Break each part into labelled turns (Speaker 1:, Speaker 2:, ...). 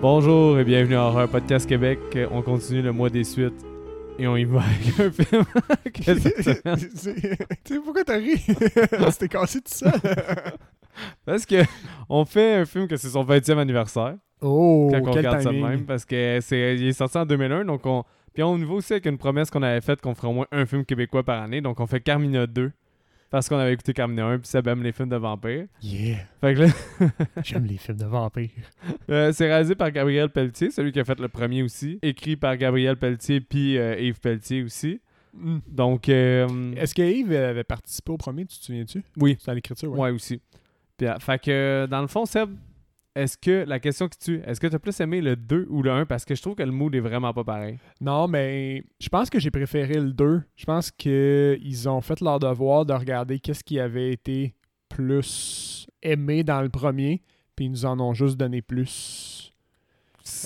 Speaker 1: Bonjour et bienvenue à Horror Podcast Québec. On continue le mois des suites et on y va avec un film. que cette semaine.
Speaker 2: C'est- Tu sais pourquoi t'as ri? C'était cassé tout ça.
Speaker 1: Parce que on fait un film que c'est son 20e anniversaire
Speaker 2: Oh,
Speaker 1: quand on
Speaker 2: quel
Speaker 1: regarde
Speaker 2: timing.
Speaker 1: ça de même parce que c'est il est sorti en 2001 donc on puis on niveau aussi avec une promesse qu'on avait faite qu'on ferait au moins un film québécois par année donc on fait Carmina 2 parce qu'on avait écouté Carmina 1 puis ça aime les films de vampires.
Speaker 2: Yeah,
Speaker 1: Fait que là,
Speaker 2: j'aime les films de vampires.
Speaker 1: Euh, c'est réalisé par Gabriel Pelletier, celui qui a fait le premier aussi. Écrit par Gabriel Pelletier puis euh, Yves Pelletier aussi. Donc, euh,
Speaker 2: Mm. Est-ce que Yves avait participé au premier, tu te souviens-tu?
Speaker 1: Oui.
Speaker 2: C'est à l'écriture, ouais.
Speaker 1: ouais, aussi. Puis, euh, fait que, euh, dans le fond, Seb, est-ce que, la question qui tue, est-ce que tu as plus aimé le 2 ou le 1? Parce que je trouve que le mood est vraiment pas pareil.
Speaker 2: Non, mais je pense que j'ai préféré le 2. Je pense qu'ils ont fait leur devoir de regarder qu'est-ce qui avait été plus aimé dans le premier, puis ils nous en ont juste donné plus.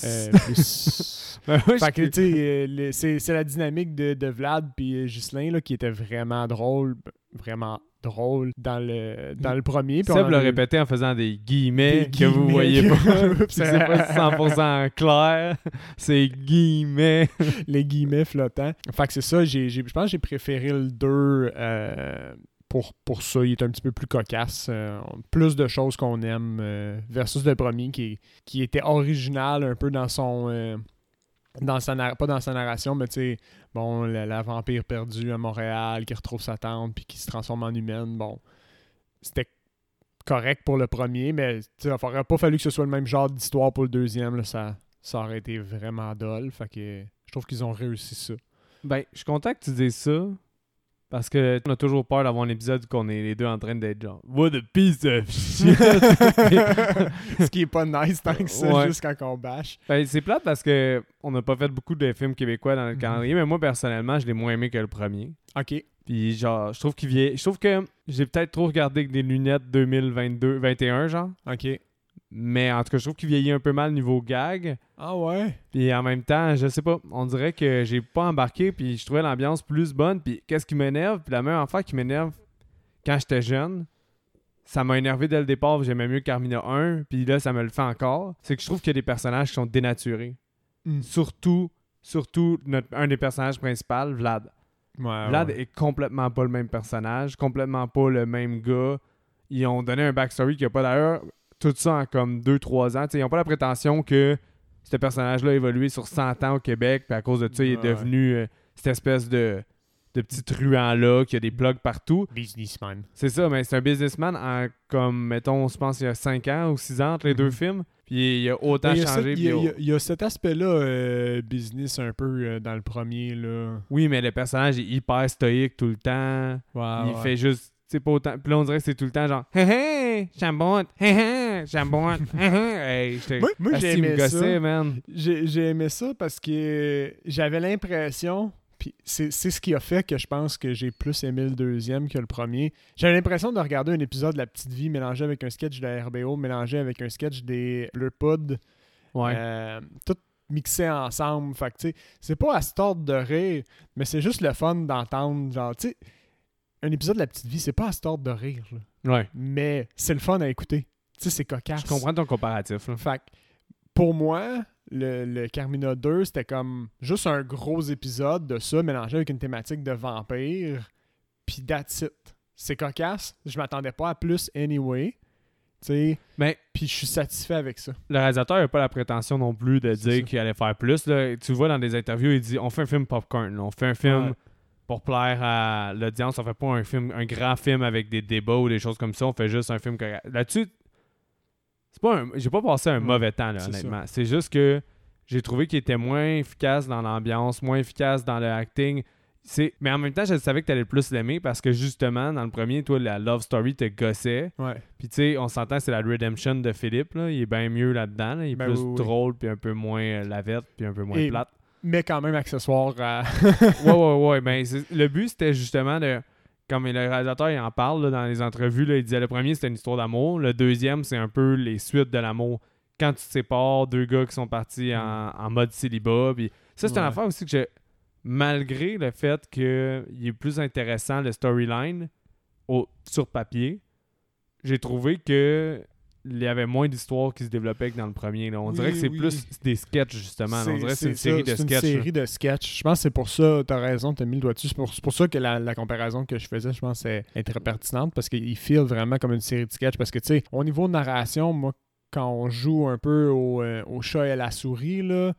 Speaker 2: Euh, plus...
Speaker 1: Ben, moi, je-
Speaker 2: Fait que, tu sais, euh, le- c'est c'est la dynamique de, de Vlad puis euh, Ghislain là, qui était vraiment drôle, b- vraiment drôle dans le, dans le premier. puis on
Speaker 1: Seb
Speaker 2: en
Speaker 1: Mmh. le
Speaker 2: a eu-
Speaker 1: répétait en faisant des guillemets
Speaker 2: Des
Speaker 1: que vous
Speaker 2: guillemets
Speaker 1: voyez
Speaker 2: que-
Speaker 1: pas. Puis
Speaker 2: Oups.
Speaker 1: c'est pas 100% clair. C'est guillemets.
Speaker 2: Les guillemets flottants. Fait que c'est ça, j'ai- j'ai- je pense que j'ai préféré le 2 euh, pour, pour ça. Il est un petit peu plus cocasse. euh, on- plus de choses qu'on aime euh, versus le premier qui, qui était original un peu dans son... euh, dans sa nar- pas dans sa narration, mais tu sais, bon, la, la vampire perdue à Montréal qui retrouve sa tante puis qui se transforme en humaine, bon, c'était correct pour le premier, mais tu sais, il aurait pas fallu que ce soit le même genre d'histoire pour le deuxième, là, ça, ça aurait été vraiment dole, fait que je trouve qu'ils ont réussi ça.
Speaker 1: Ben, je suis content que tu dises ça. Parce que on a toujours peur d'avoir un épisode qu'on est les deux en train d'être genre What a piece of shit!
Speaker 2: Ce qui est pas nice tant que ça,
Speaker 1: Ouais.
Speaker 2: juste quand on bâche.
Speaker 1: Ben, c'est plate parce que on n'a pas fait beaucoup de films québécois dans le
Speaker 2: Mhm.
Speaker 1: calendrier, mais moi personnellement, je l'ai moins aimé que le premier.
Speaker 2: Ok.
Speaker 1: Puis genre, je trouve qu'il vieillit. Je trouve que j'ai peut-être trop regardé avec des lunettes 2022, 21 genre.
Speaker 2: Ok.
Speaker 1: Mais en tout cas, je trouve qu'il vieillit un peu mal niveau gag.
Speaker 2: Ah ouais?
Speaker 1: Puis en même temps, je sais pas, on dirait que j'ai pas embarqué, puis je trouvais l'ambiance plus bonne. Puis qu'est-ce qui m'énerve? Puis la meilleure affaire qui m'énerve quand j'étais jeune, ça m'a énervé dès le départ, puis j'aimais mieux Carmina 1, puis là, ça me le fait encore. C'est que je trouve qu'il y a des personnages qui sont dénaturés.
Speaker 2: Mm.
Speaker 1: Surtout, surtout notre, un des personnages principaux, Vlad.
Speaker 2: Ouais,
Speaker 1: Vlad
Speaker 2: Ah ouais.
Speaker 1: est complètement pas le même personnage, complètement pas le même gars. Ils ont donné un backstory qui a pas d'ailleurs tout ça en comme 2-3 ans. Tu sais, ils n'ont pas la prétention que ce personnage-là a évolué sur 100 ans au Québec, puis à cause de ça, il est
Speaker 2: Ah Ouais.
Speaker 1: devenu euh, cette espèce de, de petit truand-là qui a des plugs partout.
Speaker 2: Businessman.
Speaker 1: C'est ça, mais c'est un businessman en comme, mettons, je pense, il y a 5 ans ou 6 ans entre les deux
Speaker 2: Mhm.
Speaker 1: films, puis il a autant
Speaker 2: Ben, Il y, a
Speaker 1: changé.
Speaker 2: cet- il
Speaker 1: puis
Speaker 2: y a-
Speaker 1: au-
Speaker 2: il y a- il y a cet aspect-là, euh, business un peu euh, dans le premier. Là.
Speaker 1: Oui, mais le personnage est hyper stoïque tout le temps. il fait juste c'est pas autant puis là on dirait que c'est tout le temps genre hé hé jambon hé hé jambon hé hé hey j'étais
Speaker 2: Moi, moi,
Speaker 1: Asti,
Speaker 2: j'ai
Speaker 1: il me
Speaker 2: aimé
Speaker 1: gossait,
Speaker 2: ça.
Speaker 1: man
Speaker 2: J'ai j'ai aimé ça parce que j'avais l'impression, puis c'est c'est ce qui a fait que je pense que j'ai plus aimé le deuxième que le premier. J'avais l'impression de regarder un épisode de La Petite Vie mélangé avec un sketch de la RBO, mélangé avec un sketch des Bleu Pod,
Speaker 1: ouais
Speaker 2: euh, tout mixé ensemble. Fait que, tu sais, c'est pas à se tordre de rire, mais c'est juste le fun d'entendre, genre, tu sais, un épisode de La Petite Vie, c'est pas à se tordre de rire, là.
Speaker 1: Euh, ouais
Speaker 2: mais c'est le fun à écouter. Tu sais, c'est cocasse.
Speaker 1: je comprends ton comparatif là.
Speaker 2: Fait que, pour moi, le, le Carmina 2, c'était comme juste un gros épisode de ça mélangé avec une thématique de vampire. Puis that's it. C'est cocasse. Je m'attendais pas à plus anyway. Tu sais,
Speaker 1: mais
Speaker 2: puis je suis satisfait avec ça.
Speaker 1: le réalisateur n'a pas la prétention non plus de
Speaker 2: C'est
Speaker 1: dire
Speaker 2: ça.
Speaker 1: qu'il allait faire plus là. tu le vois dans des interviews il dit on fait un film popcorn là. on fait un film
Speaker 2: Ouais.
Speaker 1: pour plaire à l'audience on fait pas un film un grand film avec des débats ou des choses comme ça on fait juste un film correct. là-dessus c'est pas un- j'ai pas passé un
Speaker 2: Ouais,
Speaker 1: mauvais temps là,
Speaker 2: c'est
Speaker 1: honnêtement c'est juste que j'ai trouvé qu'il était moins efficace dans l'ambiance moins efficace dans le acting c'est mais en même temps je savais que t'allais plus l'aimer parce que justement dans le premier toi la love story te gossait
Speaker 2: Ouais.
Speaker 1: puis tu sais, on s'entend, c'est la redemption de Philippe. Là. Il est bien mieux là-dedans. là. Il est
Speaker 2: Ben
Speaker 1: plus
Speaker 2: oui, oui.
Speaker 1: drôle, puis un peu moins euh, lavette, puis un peu moins
Speaker 2: Et- euh,
Speaker 1: plate.
Speaker 2: Mais quand même accessoire à.
Speaker 1: Ouais, ouais, ouais. Ben, c'est- le but, c'était justement de. Comme le réalisateur il en parle là, dans les entrevues, là, il disait le premier, c'était une histoire d'amour. Le deuxième, c'est un peu les suites de l'amour. Quand tu te sépares, deux gars qui sont partis en, en mode célibat. Puis ça, c'est une
Speaker 2: Mm. Ouais.
Speaker 1: affaire aussi que j'ai. Malgré le fait qu'il est plus intéressant le storyline au- sur papier, j'ai trouvé que il y avait moins d'histoires qui se développaient que dans le premier. là. On
Speaker 2: Oui,
Speaker 1: dirait que c'est
Speaker 2: oui.
Speaker 1: plus des sketchs, justement. là. On dirait que c'est une
Speaker 2: ça,
Speaker 1: série de
Speaker 2: c'est une
Speaker 1: sketchs. là.
Speaker 2: série de sketchs. Je pense que c'est pour ça, t'as raison, t'as mis le doigt dessus. C'est pour, c'est pour ça que la, la comparaison que je faisais, je pense, est, est très pertinente parce qu'il file vraiment comme une série de sketchs. Parce que, tu sais, au niveau de narration, moi, quand on joue un peu au, euh, au chat et à la souris, là,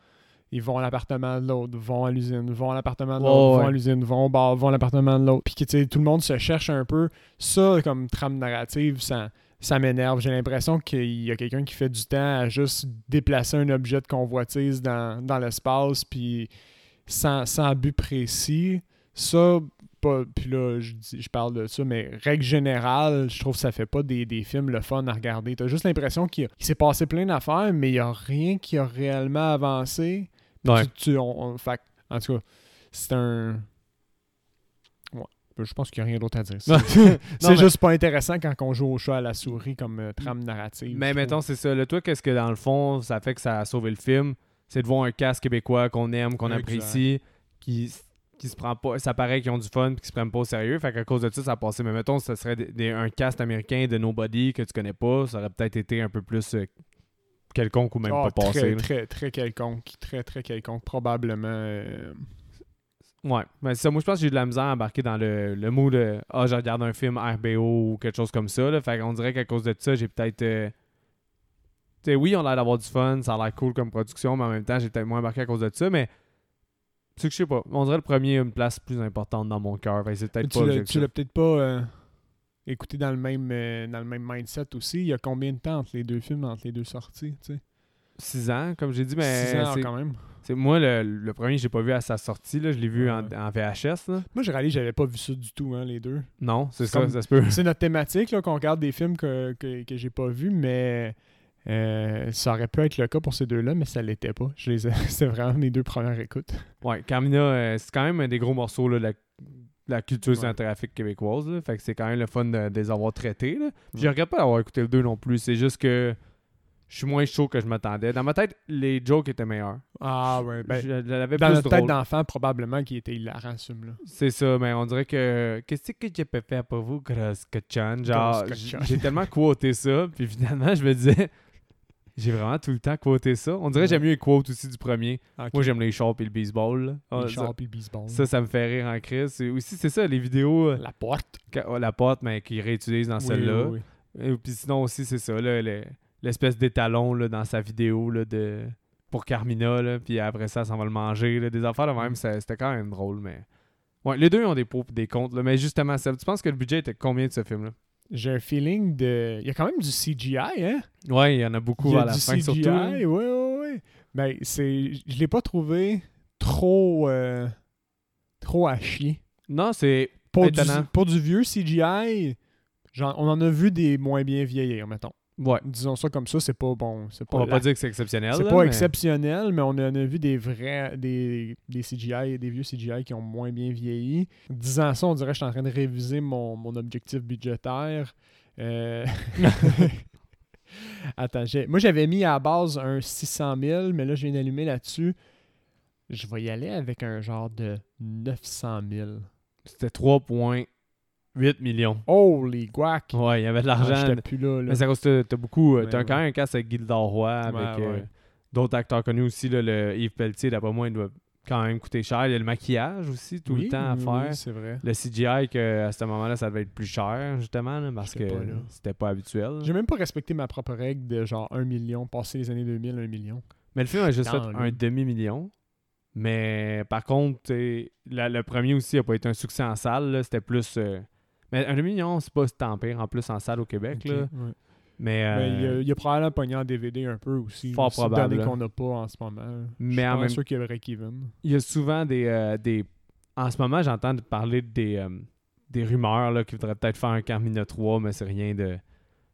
Speaker 2: ils vont à l'appartement de l'autre, vont à l'usine, vont à l'appartement de l'autre,
Speaker 1: Ouais, ouais.
Speaker 2: vont à l'usine, vont au bar, vont à l'appartement de l'autre. Puis, que, tu sais, tout le monde se cherche un peu. Ça, comme trame narrative, ça ça m'énerve. J'ai l'impression qu'il y a quelqu'un qui fait du temps à juste déplacer un objet de convoitise dans, dans l'espace, puis sans, sans but précis. Ça, pas, puis là, je, dis- je parle de ça, mais règle générale, je trouve que ça fait pas des, des films le fun à regarder. T'as juste l'impression qu'il qu'il s'est passé plein d'affaires, mais il y a rien qui a réellement avancé.
Speaker 1: Ouais.
Speaker 2: Tu- tu- on- on- fait que, en tout cas, c'est un... Ouais. Je pense qu'il n'y a rien d'autre à dire.
Speaker 1: Non,
Speaker 2: C'est
Speaker 1: mais-
Speaker 2: juste pas intéressant quand on joue au chat à la souris comme euh, trame narrative.
Speaker 1: Mais
Speaker 2: je
Speaker 1: mettons,
Speaker 2: trouve.
Speaker 1: c'est ça. Le truc, qu'est-ce que dans le fond, ça fait que ça a sauvé le film, c'est de voir un cast québécois qu'on aime, qu'on
Speaker 2: Exact.
Speaker 1: apprécie, qui, s- qui se prend pas. Ça paraît qu'ils ont du fun puis qu'ils se prennent pas au sérieux. Fait qu'à cause de ça, ça a passé. Mais mettons, ce serait des- des- un cast américain de Nobody que tu connais pas, ça aurait peut-être été un peu plus euh, quelconque ou même
Speaker 2: Ah,
Speaker 1: pas passé.
Speaker 2: très,
Speaker 1: là.
Speaker 2: très, très quelconque. Très, très quelconque. Probablement. euh,
Speaker 1: Ouais, mais c'est ça, moi je pense que j'ai eu de la misère à embarquer dans le, le mood de Ah, je regarde un film RBO ou quelque chose comme ça. Là. Fait qu'on dirait qu'à cause de ça, j'ai peut-être. euh, Tu sais, oui, on a l'air d'avoir du fun, ça a l'air cool comme production, mais en même temps, j'ai peut-être moins embarqué à cause de ça. Mais c'est que je sais pas, on dirait le premier a une place plus importante dans mon cœur. Fait que c'est peut-être
Speaker 2: tu
Speaker 1: pas.
Speaker 2: l'as-
Speaker 1: objectif.
Speaker 2: tu l'as peut-être pas euh, écouté dans le, même, euh, dans le même mindset aussi. Il y a combien de temps entre les deux films, entre les deux sorties tu sais?
Speaker 1: Six ans, comme j'ai dit, mais.
Speaker 2: Six ans
Speaker 1: Ben, c'est-
Speaker 2: quand même.
Speaker 1: c'est- moi, le, le premier, j'ai pas vu à sa sortie, là, je l'ai vu en,
Speaker 2: Ouais.
Speaker 1: en VHS. là.
Speaker 2: Moi, j'ai réalisé que j'avais pas vu ça du tout, hein, les deux.
Speaker 1: Non, c'est
Speaker 2: C'est
Speaker 1: ça,
Speaker 2: comme-
Speaker 1: ça se peut.
Speaker 2: C'est notre thématique là, qu'on regarde des films que, que, que j'ai pas vus, mais euh, ça aurait pu être le cas pour ces deux-là, mais ça l'était pas. Je les ai- C'était vraiment mes deux premières écoutes.
Speaker 1: Ouais, Carmina, euh, c'est quand même un des gros morceaux là, de la, de la culture
Speaker 2: Ouais.
Speaker 1: cinématographique québécoise. là. fait que c'est quand même le fun de, de les avoir traités. Là. Puis je regrette pas d'avoir écouté le 2 non plus. C'est juste que je suis moins chaud que je m'attendais. Dans ma tête, les jokes étaient meilleurs.
Speaker 2: Ah ouais, ben,
Speaker 1: je je l'avais
Speaker 2: dans
Speaker 1: plus
Speaker 2: notre tête
Speaker 1: drôle.
Speaker 2: d'enfant, probablement qu'il était hilarant, ce film-là.
Speaker 1: C'est ça, mais on dirait que... Qu'est-ce que j'ai pu faire pour vous, grosse cochonne? Genre,
Speaker 2: Grosse
Speaker 1: j-
Speaker 2: cochonne.
Speaker 1: j'ai tellement quoté ça, puis finalement, je me disais... J'ai vraiment tout le temps quoté ça. On dirait que j'aime mieux les quotes aussi du premier. Moi, j'aime les chars et le baseball. là. Ah,
Speaker 2: le
Speaker 1: ça-
Speaker 2: char puis le baseball.
Speaker 1: Ça, ça me fait rire en crise. C'est aussi, c'est ça, les vidéos, euh,
Speaker 2: la porte.
Speaker 1: que- oh, la porte, mais qu'ils réutilisent dans
Speaker 2: Oui,
Speaker 1: celle-là.
Speaker 2: oui, oui.
Speaker 1: Et puis sinon aussi, c'est ça, là, le- l'espèce d'étalon là, dans sa vidéo là, de pour Carmina. là, puis après ça, ça va le manger. là, des affaires de même, ça- c'était quand même drôle. mais ouais, Les deux ont des pots et des comptes. là, mais justement, Seb, tu penses que le budget était combien de ce film-là?
Speaker 2: J'ai un feeling de... Il y a quand même du CGI, hein?
Speaker 1: Ouais, il y en a beaucoup
Speaker 2: Il y a
Speaker 1: à la
Speaker 2: du
Speaker 1: fin,
Speaker 2: CGI,
Speaker 1: surtout. là.
Speaker 2: ouais, ouais, ouais. Ben, c'est... Je l'ai pas trouvé trop... euh, trop à chier.
Speaker 1: Non, c'est...
Speaker 2: Pour du,
Speaker 1: Étonnant.
Speaker 2: pour du vieux CGI, genre, on en a vu des moins bien vieillir, mettons.
Speaker 1: Ouais.
Speaker 2: Disons ça comme ça, c'est pas bon. C'est pas
Speaker 1: On va
Speaker 2: la-
Speaker 1: pas dire que c'est exceptionnel.
Speaker 2: C'est
Speaker 1: là,
Speaker 2: pas
Speaker 1: mais-
Speaker 2: exceptionnel, mais on en a vu des vrais des, des CGI, des vieux CGI qui ont moins bien vieilli. Disant ça, on dirait que je suis en train de réviser mon, mon objectif budgétaire. Euh, Attends, j'ai- moi j'avais mis à la base un 600 000, mais là je viens d'allumer là-dessus. Je vais y aller avec un genre de 900 000.
Speaker 1: C'était 3,8 millions.
Speaker 2: Holy guac!
Speaker 1: Ouais, il y avait de
Speaker 2: Ah,
Speaker 1: l'argent.
Speaker 2: J'étais plus là. là.
Speaker 1: Mais ça cause que t'as- t'as beaucoup. euh,
Speaker 2: Ouais,
Speaker 1: T'as
Speaker 2: ouais.
Speaker 1: quand même un casse avec Gildor Roy, avec
Speaker 2: Ouais,
Speaker 1: euh,
Speaker 2: ouais.
Speaker 1: d'autres acteurs connus aussi. là, le Yves Pelletier, d'après moi, il doit quand même coûter cher. Il y a le maquillage aussi, tout
Speaker 2: Oui,
Speaker 1: le temps à
Speaker 2: oui,
Speaker 1: faire.
Speaker 2: oui, c'est vrai.
Speaker 1: Le CGI, que à ce moment-là, ça devait être plus cher, justement, là, parce que
Speaker 2: J'étais pas là.
Speaker 1: c'était pas habituel.
Speaker 2: J'ai même pas respecté ma propre règle de genre 1 million, passer les années 2000, 1 million.
Speaker 1: Mais le film a juste fait
Speaker 2: Dans le-
Speaker 1: un demi-million. Mais par contre, t'sais, la- le premier aussi a pas été un succès en salle. là, C'était plus. euh, Mais un demi-million, c'est pas tant pire en plus en salle au Québec.
Speaker 2: Ok,
Speaker 1: Là.
Speaker 2: ouais.
Speaker 1: Mais,
Speaker 2: Mais il y
Speaker 1: euh,
Speaker 2: a- il y a probablement pogné en DVD un peu aussi.
Speaker 1: Fort
Speaker 2: C'est une
Speaker 1: probable,
Speaker 2: donnée
Speaker 1: là.
Speaker 2: qu'on n'a pas en ce moment.
Speaker 1: Mais en
Speaker 2: Je
Speaker 1: même
Speaker 2: suis sûr qu'il y a break-even.
Speaker 1: il y a souvent des. euh, des... En ce moment, j'entends de parler des, euh, des rumeurs là, qui voudraient peut-être faire un Carmina 3, mais c'est rien de.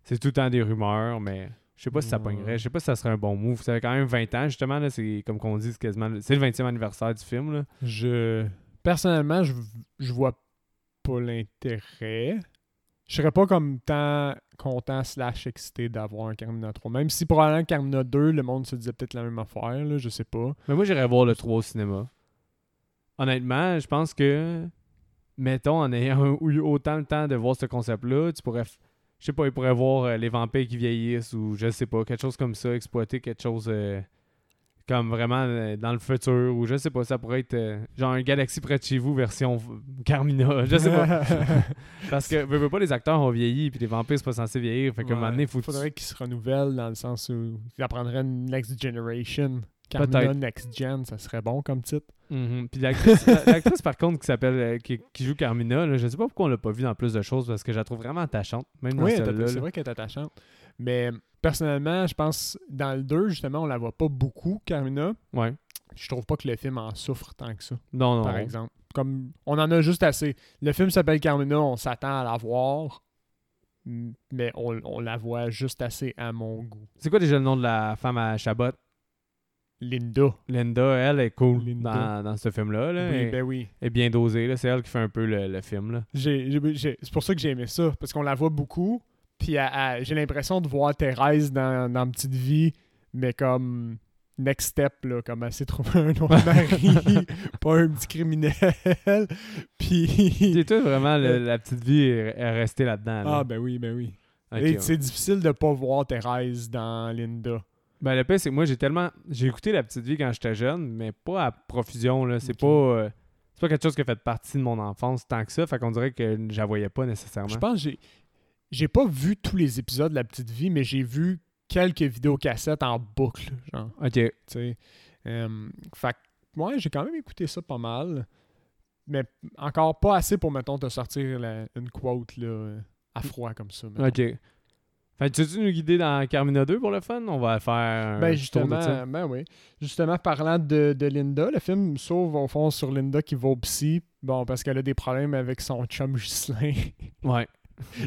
Speaker 1: C'est tout le temps des rumeurs, mais je sais pas si ça
Speaker 2: Ouais.
Speaker 1: pognerait. Je sais pas si ça serait un bon move. Ça fait quand même 20 ans, justement. là, C'est comme qu'on dit, c'est quasiment. C'est le 20e anniversaire du film. Là.
Speaker 2: Je... Personnellement, je, je vois pas l'intérêt. Je serais pas comme tant content slash excité d'avoir un Carmina 3. Même si probablement Carmina 2, le monde se disait peut-être la même affaire, là, je sais pas.
Speaker 1: Mais moi, j'irais voir le 3 au cinéma. Honnêtement, je pense que. Mettons, en ayant eu autant le temps de voir ce concept-là, tu pourrais. f- je sais pas, ils pourraient voir euh, les vampires qui vieillissent ou je sais pas, quelque chose comme ça, exploiter quelque chose euh, comme vraiment euh, dans le futur ou je sais pas, ça pourrait être euh, genre un galaxie près de chez vous version v- Carmina, je sais pas. Parce que veux, veux pas les acteurs ont vieilli puis les vampires c'est pas censé vieillir, fait qu'à un moment donné, faut que tu-
Speaker 2: faudrait qu'ils se renouvellent dans le sens où ils apprendraient une next generation.
Speaker 1: Peut-être.
Speaker 2: Carmina Next Gen, ça serait bon comme titre.
Speaker 1: Mhm. Puis l'actrice, la- l'actrice, par contre, qui s'appelle, euh, qui, qui joue Carmina, là, je sais pas pourquoi on l'a pas vue dans plus de choses parce que je la trouve vraiment attachante, même dans
Speaker 2: Oui,
Speaker 1: celle-là,
Speaker 2: t'as- c'est
Speaker 1: là.
Speaker 2: vrai qu'elle est attachante. Mais personnellement, je pense dans le 2, justement, on la voit pas beaucoup, Carmina.
Speaker 1: Ouais.
Speaker 2: Je trouve pas que le film en souffre tant que ça,
Speaker 1: Non, non.
Speaker 2: par exemple. Comme on en a juste assez. Le film s'appelle Carmina, on s'attend à la voir, m- mais on, on la voit juste assez à mon goût.
Speaker 1: C'est quoi déjà le nom de la femme à Chabot?
Speaker 2: Linda.
Speaker 1: Linda, elle est cool
Speaker 2: Linda.
Speaker 1: dans, dans ce film-là. là.
Speaker 2: Oui,
Speaker 1: elle,
Speaker 2: ben oui.
Speaker 1: elle est bien dosée. là. C'est elle qui fait un peu le, le film. Là.
Speaker 2: J'ai- j'ai- j'ai- C'est pour ça que j'ai aimé ça, parce qu'on la voit beaucoup, puis elle- elle- j'ai l'impression de voir Thérèse dans, dans Petite Vie, mais comme next step, là, comme elle s'est trouvée un autre mari, pas un petit criminel, puis...
Speaker 1: C'est tout vraiment le- la petite vie est, est restée là-dedans. là.
Speaker 2: Euh, Ah ben oui, ben oui.
Speaker 1: Ok,
Speaker 2: Et
Speaker 1: ouais.
Speaker 2: C'est difficile de pas voir Thérèse dans Linda.
Speaker 1: Ben, le pire, c'est que moi, j'ai tellement. J'ai écouté La Petite Vie quand j'étais jeune, mais pas à profusion. là. C'est
Speaker 2: Ok.
Speaker 1: pas. euh, C'est pas quelque chose qui a fait partie de mon enfance tant que ça. Fait qu'on dirait que je la voyais pas nécessairement.
Speaker 2: Je pense que j'ai... J'ai pas vu tous les épisodes de La Petite Vie, mais j'ai vu quelques vidéocassettes en boucle, genre.
Speaker 1: Ok.
Speaker 2: tu sais. Euh, fait que, ouais, j'ai quand même écouté ça pas mal. Mais encore pas assez pour, mettons, te sortir la- une quote là, euh, à froid comme ça. mettons.
Speaker 1: Ok. Fait que tu veux nous guider dans Carmina 2 pour le fun? On va faire un
Speaker 2: Ben
Speaker 1: tour de ça.
Speaker 2: justement, ben oui. Justement, parlant de, de Linda, le film s'ouvre au fond sur Linda qui va au psy. Bon, parce qu'elle a des problèmes avec son chum Ghislain.
Speaker 1: Ouais.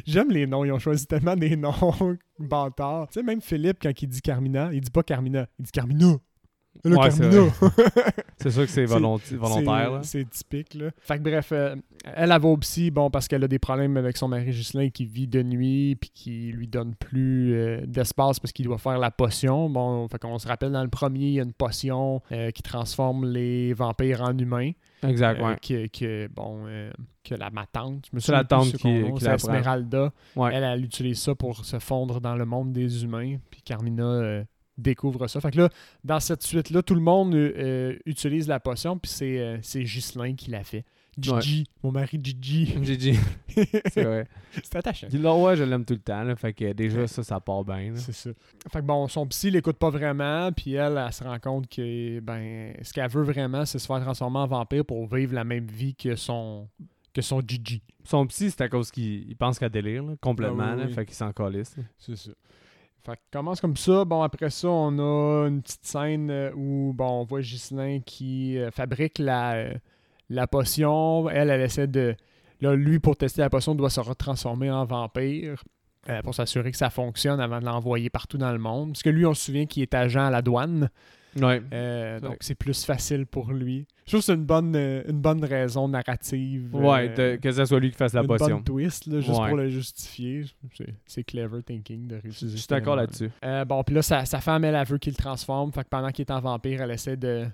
Speaker 2: J'aime les noms, ils ont choisi tellement des noms bâtards. Tu sais, même Philippe, quand il dit Carmina, il dit pas Carmina, il dit Carmina. Là,
Speaker 1: Ouais, c'est
Speaker 2: Carmina.
Speaker 1: C'est sûr que c'est
Speaker 2: C'est-
Speaker 1: volonti- volontaire. là.
Speaker 2: C'est c'est typique, là. Fait que bref, euh, elle, elle va au psy, bon, parce qu'elle a des problèmes avec son mari Ghislain qui vit de nuit, puis qui lui donne plus euh, d'espace parce qu'il doit faire la potion. Bon, fait qu'on se rappelle, dans le premier, il y a une potion euh, qui transforme les vampires en humains.
Speaker 1: Exact,
Speaker 2: euh,
Speaker 1: ouais.
Speaker 2: que, que, bon, euh, que la ma tante, je me
Speaker 1: C'est
Speaker 2: souviens
Speaker 1: la
Speaker 2: plus
Speaker 1: tante
Speaker 2: c'est
Speaker 1: qui-
Speaker 2: son nom,
Speaker 1: qui
Speaker 2: c'est
Speaker 1: la prend.
Speaker 2: Esmeralda.
Speaker 1: Ouais.
Speaker 2: Elle, elle utilise ça pour se fondre dans le monde des humains, puis Carmina... euh, découvre ça. Fait que là, dans cette suite-là, tout le monde euh, euh, utilise la potion, puis c'est euh, c'est Ghislain qui l'a fait. Gigi, mon mari Gigi.
Speaker 1: GG, c'est vrai.
Speaker 2: c'est attachant.
Speaker 1: Guy Leroy, je l'aime tout le temps. là, fait que déjà,
Speaker 2: Ouais.
Speaker 1: ça, ça part bien. là.
Speaker 2: C'est ça. Fait que bon, son psy l'écoute pas vraiment, puis elle, elle se rend compte que ben ce qu'elle veut vraiment, c'est se faire transformer en vampire pour vivre la même vie que son que son Gigi.
Speaker 1: Son psy, c'est à cause qu'il il pense qu'à délire, là, complètement.
Speaker 2: Ah oui,
Speaker 1: là,
Speaker 2: oui.
Speaker 1: Fait qu'il s'en calisse. là.
Speaker 2: C'est ça. Fait que commence comme ça. Bon, après ça, on a une petite scène euh, où bon, on voit Ghislain qui euh, fabrique la, euh, la potion. Elle, elle essaie de. Là, lui, pour tester la potion, doit se retransformer en vampire euh, pour s'assurer que ça fonctionne avant de l'envoyer partout dans le monde. Parce que lui, on se souvient qu'il est agent à la douane.
Speaker 1: Ouais.
Speaker 2: euh,
Speaker 1: C'est
Speaker 2: donc,
Speaker 1: vrai.
Speaker 2: c'est plus facile pour lui. Je trouve que c'est une bonne, euh, une bonne raison narrative.
Speaker 1: Ouais,
Speaker 2: euh,
Speaker 1: de- que ce soit lui qui fasse la
Speaker 2: une
Speaker 1: potion.
Speaker 2: bonne twist, là, juste
Speaker 1: Ouais.
Speaker 2: pour le justifier. C'est- C'est clever thinking de
Speaker 1: Je
Speaker 2: réussir.
Speaker 1: je suis d'accord là-dessus.
Speaker 2: Euh, bon, puis là, sa, sa femme, elle, elle veut qu'il le transforme. Fait que pendant qu'il est en vampire, elle essaie de,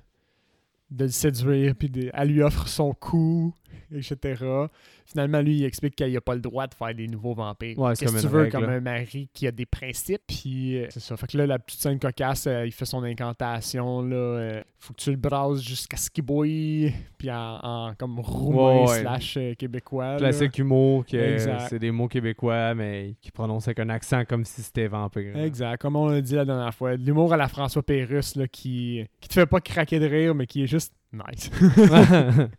Speaker 2: de le séduire, puis de- elle lui offre son cou, etc. Finalement, lui, il explique qu'il n'a pas le droit de faire des nouveaux vampires.
Speaker 1: Ouais, c'est
Speaker 2: Qu'est-ce que
Speaker 1: comme
Speaker 2: tu
Speaker 1: une
Speaker 2: veux
Speaker 1: règle,
Speaker 2: comme
Speaker 1: là.
Speaker 2: un mari qui a des principes? Puis euh, c'est ça. Fait que là, la petite scène cocasse, euh, il fait son incantation. Là, euh, faut que tu le brasses jusqu'à ce qu'il bouille. Puis en, en comme roumain
Speaker 1: Ouais, ouais.
Speaker 2: slash euh, québécois. là.
Speaker 1: Classique humour, que euh,
Speaker 2: Exact.
Speaker 1: c'est des mots québécois, mais qui prononcent avec un accent comme si c'était vampire. là.
Speaker 2: Exact, comme on l'a dit la dernière fois. de L'humour à la François Pérusse là, qui, qui te fait pas craquer de rire, mais qui est juste nice.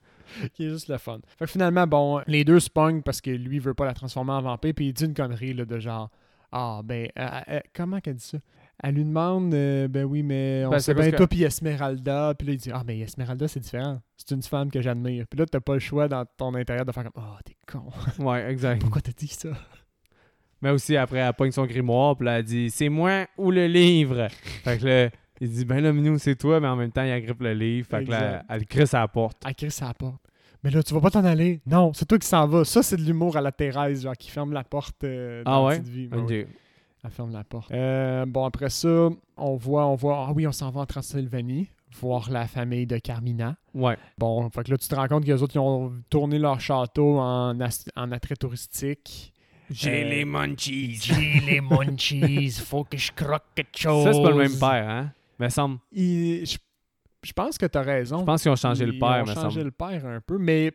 Speaker 2: qui est juste le fun. Fait que finalement, bon, les deux se pognent parce que lui veut pas la transformer en vampire, puis il dit une connerie là, de genre Ah, ben, euh, euh, comment qu'elle dit ça Elle lui demande euh, Ben oui, mais on
Speaker 1: Ben, c'est
Speaker 2: sait
Speaker 1: parce
Speaker 2: bien,
Speaker 1: que-
Speaker 2: toi, puis Esmeralda. Puis là, il dit Ah, mais Esmeralda, c'est différent. C'est une femme que j'admire. Puis là, t'as pas le choix dans ton intérieur de faire comme Ah, t'es con.
Speaker 1: ouais, exact.
Speaker 2: Pourquoi t'as dit ça
Speaker 1: Mais aussi, après, elle pogne son grimoire, puis là, elle dit C'est moi ou le livre Fait que là, il dit Ben là, Minou, c'est toi, mais en même temps, il agrippe le livre. Fait que là,
Speaker 2: Exact.
Speaker 1: elle le crisse à la porte.
Speaker 2: Elle crie sa porte. Mais là, tu vas pas t'en aller. Non, c'est toi qui s'en vas. Ça, c'est de l'humour à la Thérèse, genre, qui ferme la porte euh, dans
Speaker 1: Ah
Speaker 2: la
Speaker 1: ouais?
Speaker 2: petite vie. Ben
Speaker 1: Ok.
Speaker 2: oui, Elle ferme la porte. Euh, bon, après ça, on voit, on voit, ah oui, on s'en va en Transylvanie, voir la famille de Carmina.
Speaker 1: Ouais.
Speaker 2: Bon, fait que là, tu te rends compte que les autres, ils ont tourné leur château en, as- en attrait touristique.
Speaker 1: J'ai
Speaker 2: Euh,
Speaker 1: les munchies.
Speaker 3: J'ai les munchies, faut que je croque quelque chose.
Speaker 1: Ça, c'est pas le même père, hein? Me semble.
Speaker 2: Il- je, je pense que tu as raison.
Speaker 1: Je pense qu'ils ont changé le
Speaker 2: Ils
Speaker 1: père,
Speaker 2: ont
Speaker 1: me
Speaker 2: changé
Speaker 1: semble.
Speaker 2: le père un peu, mais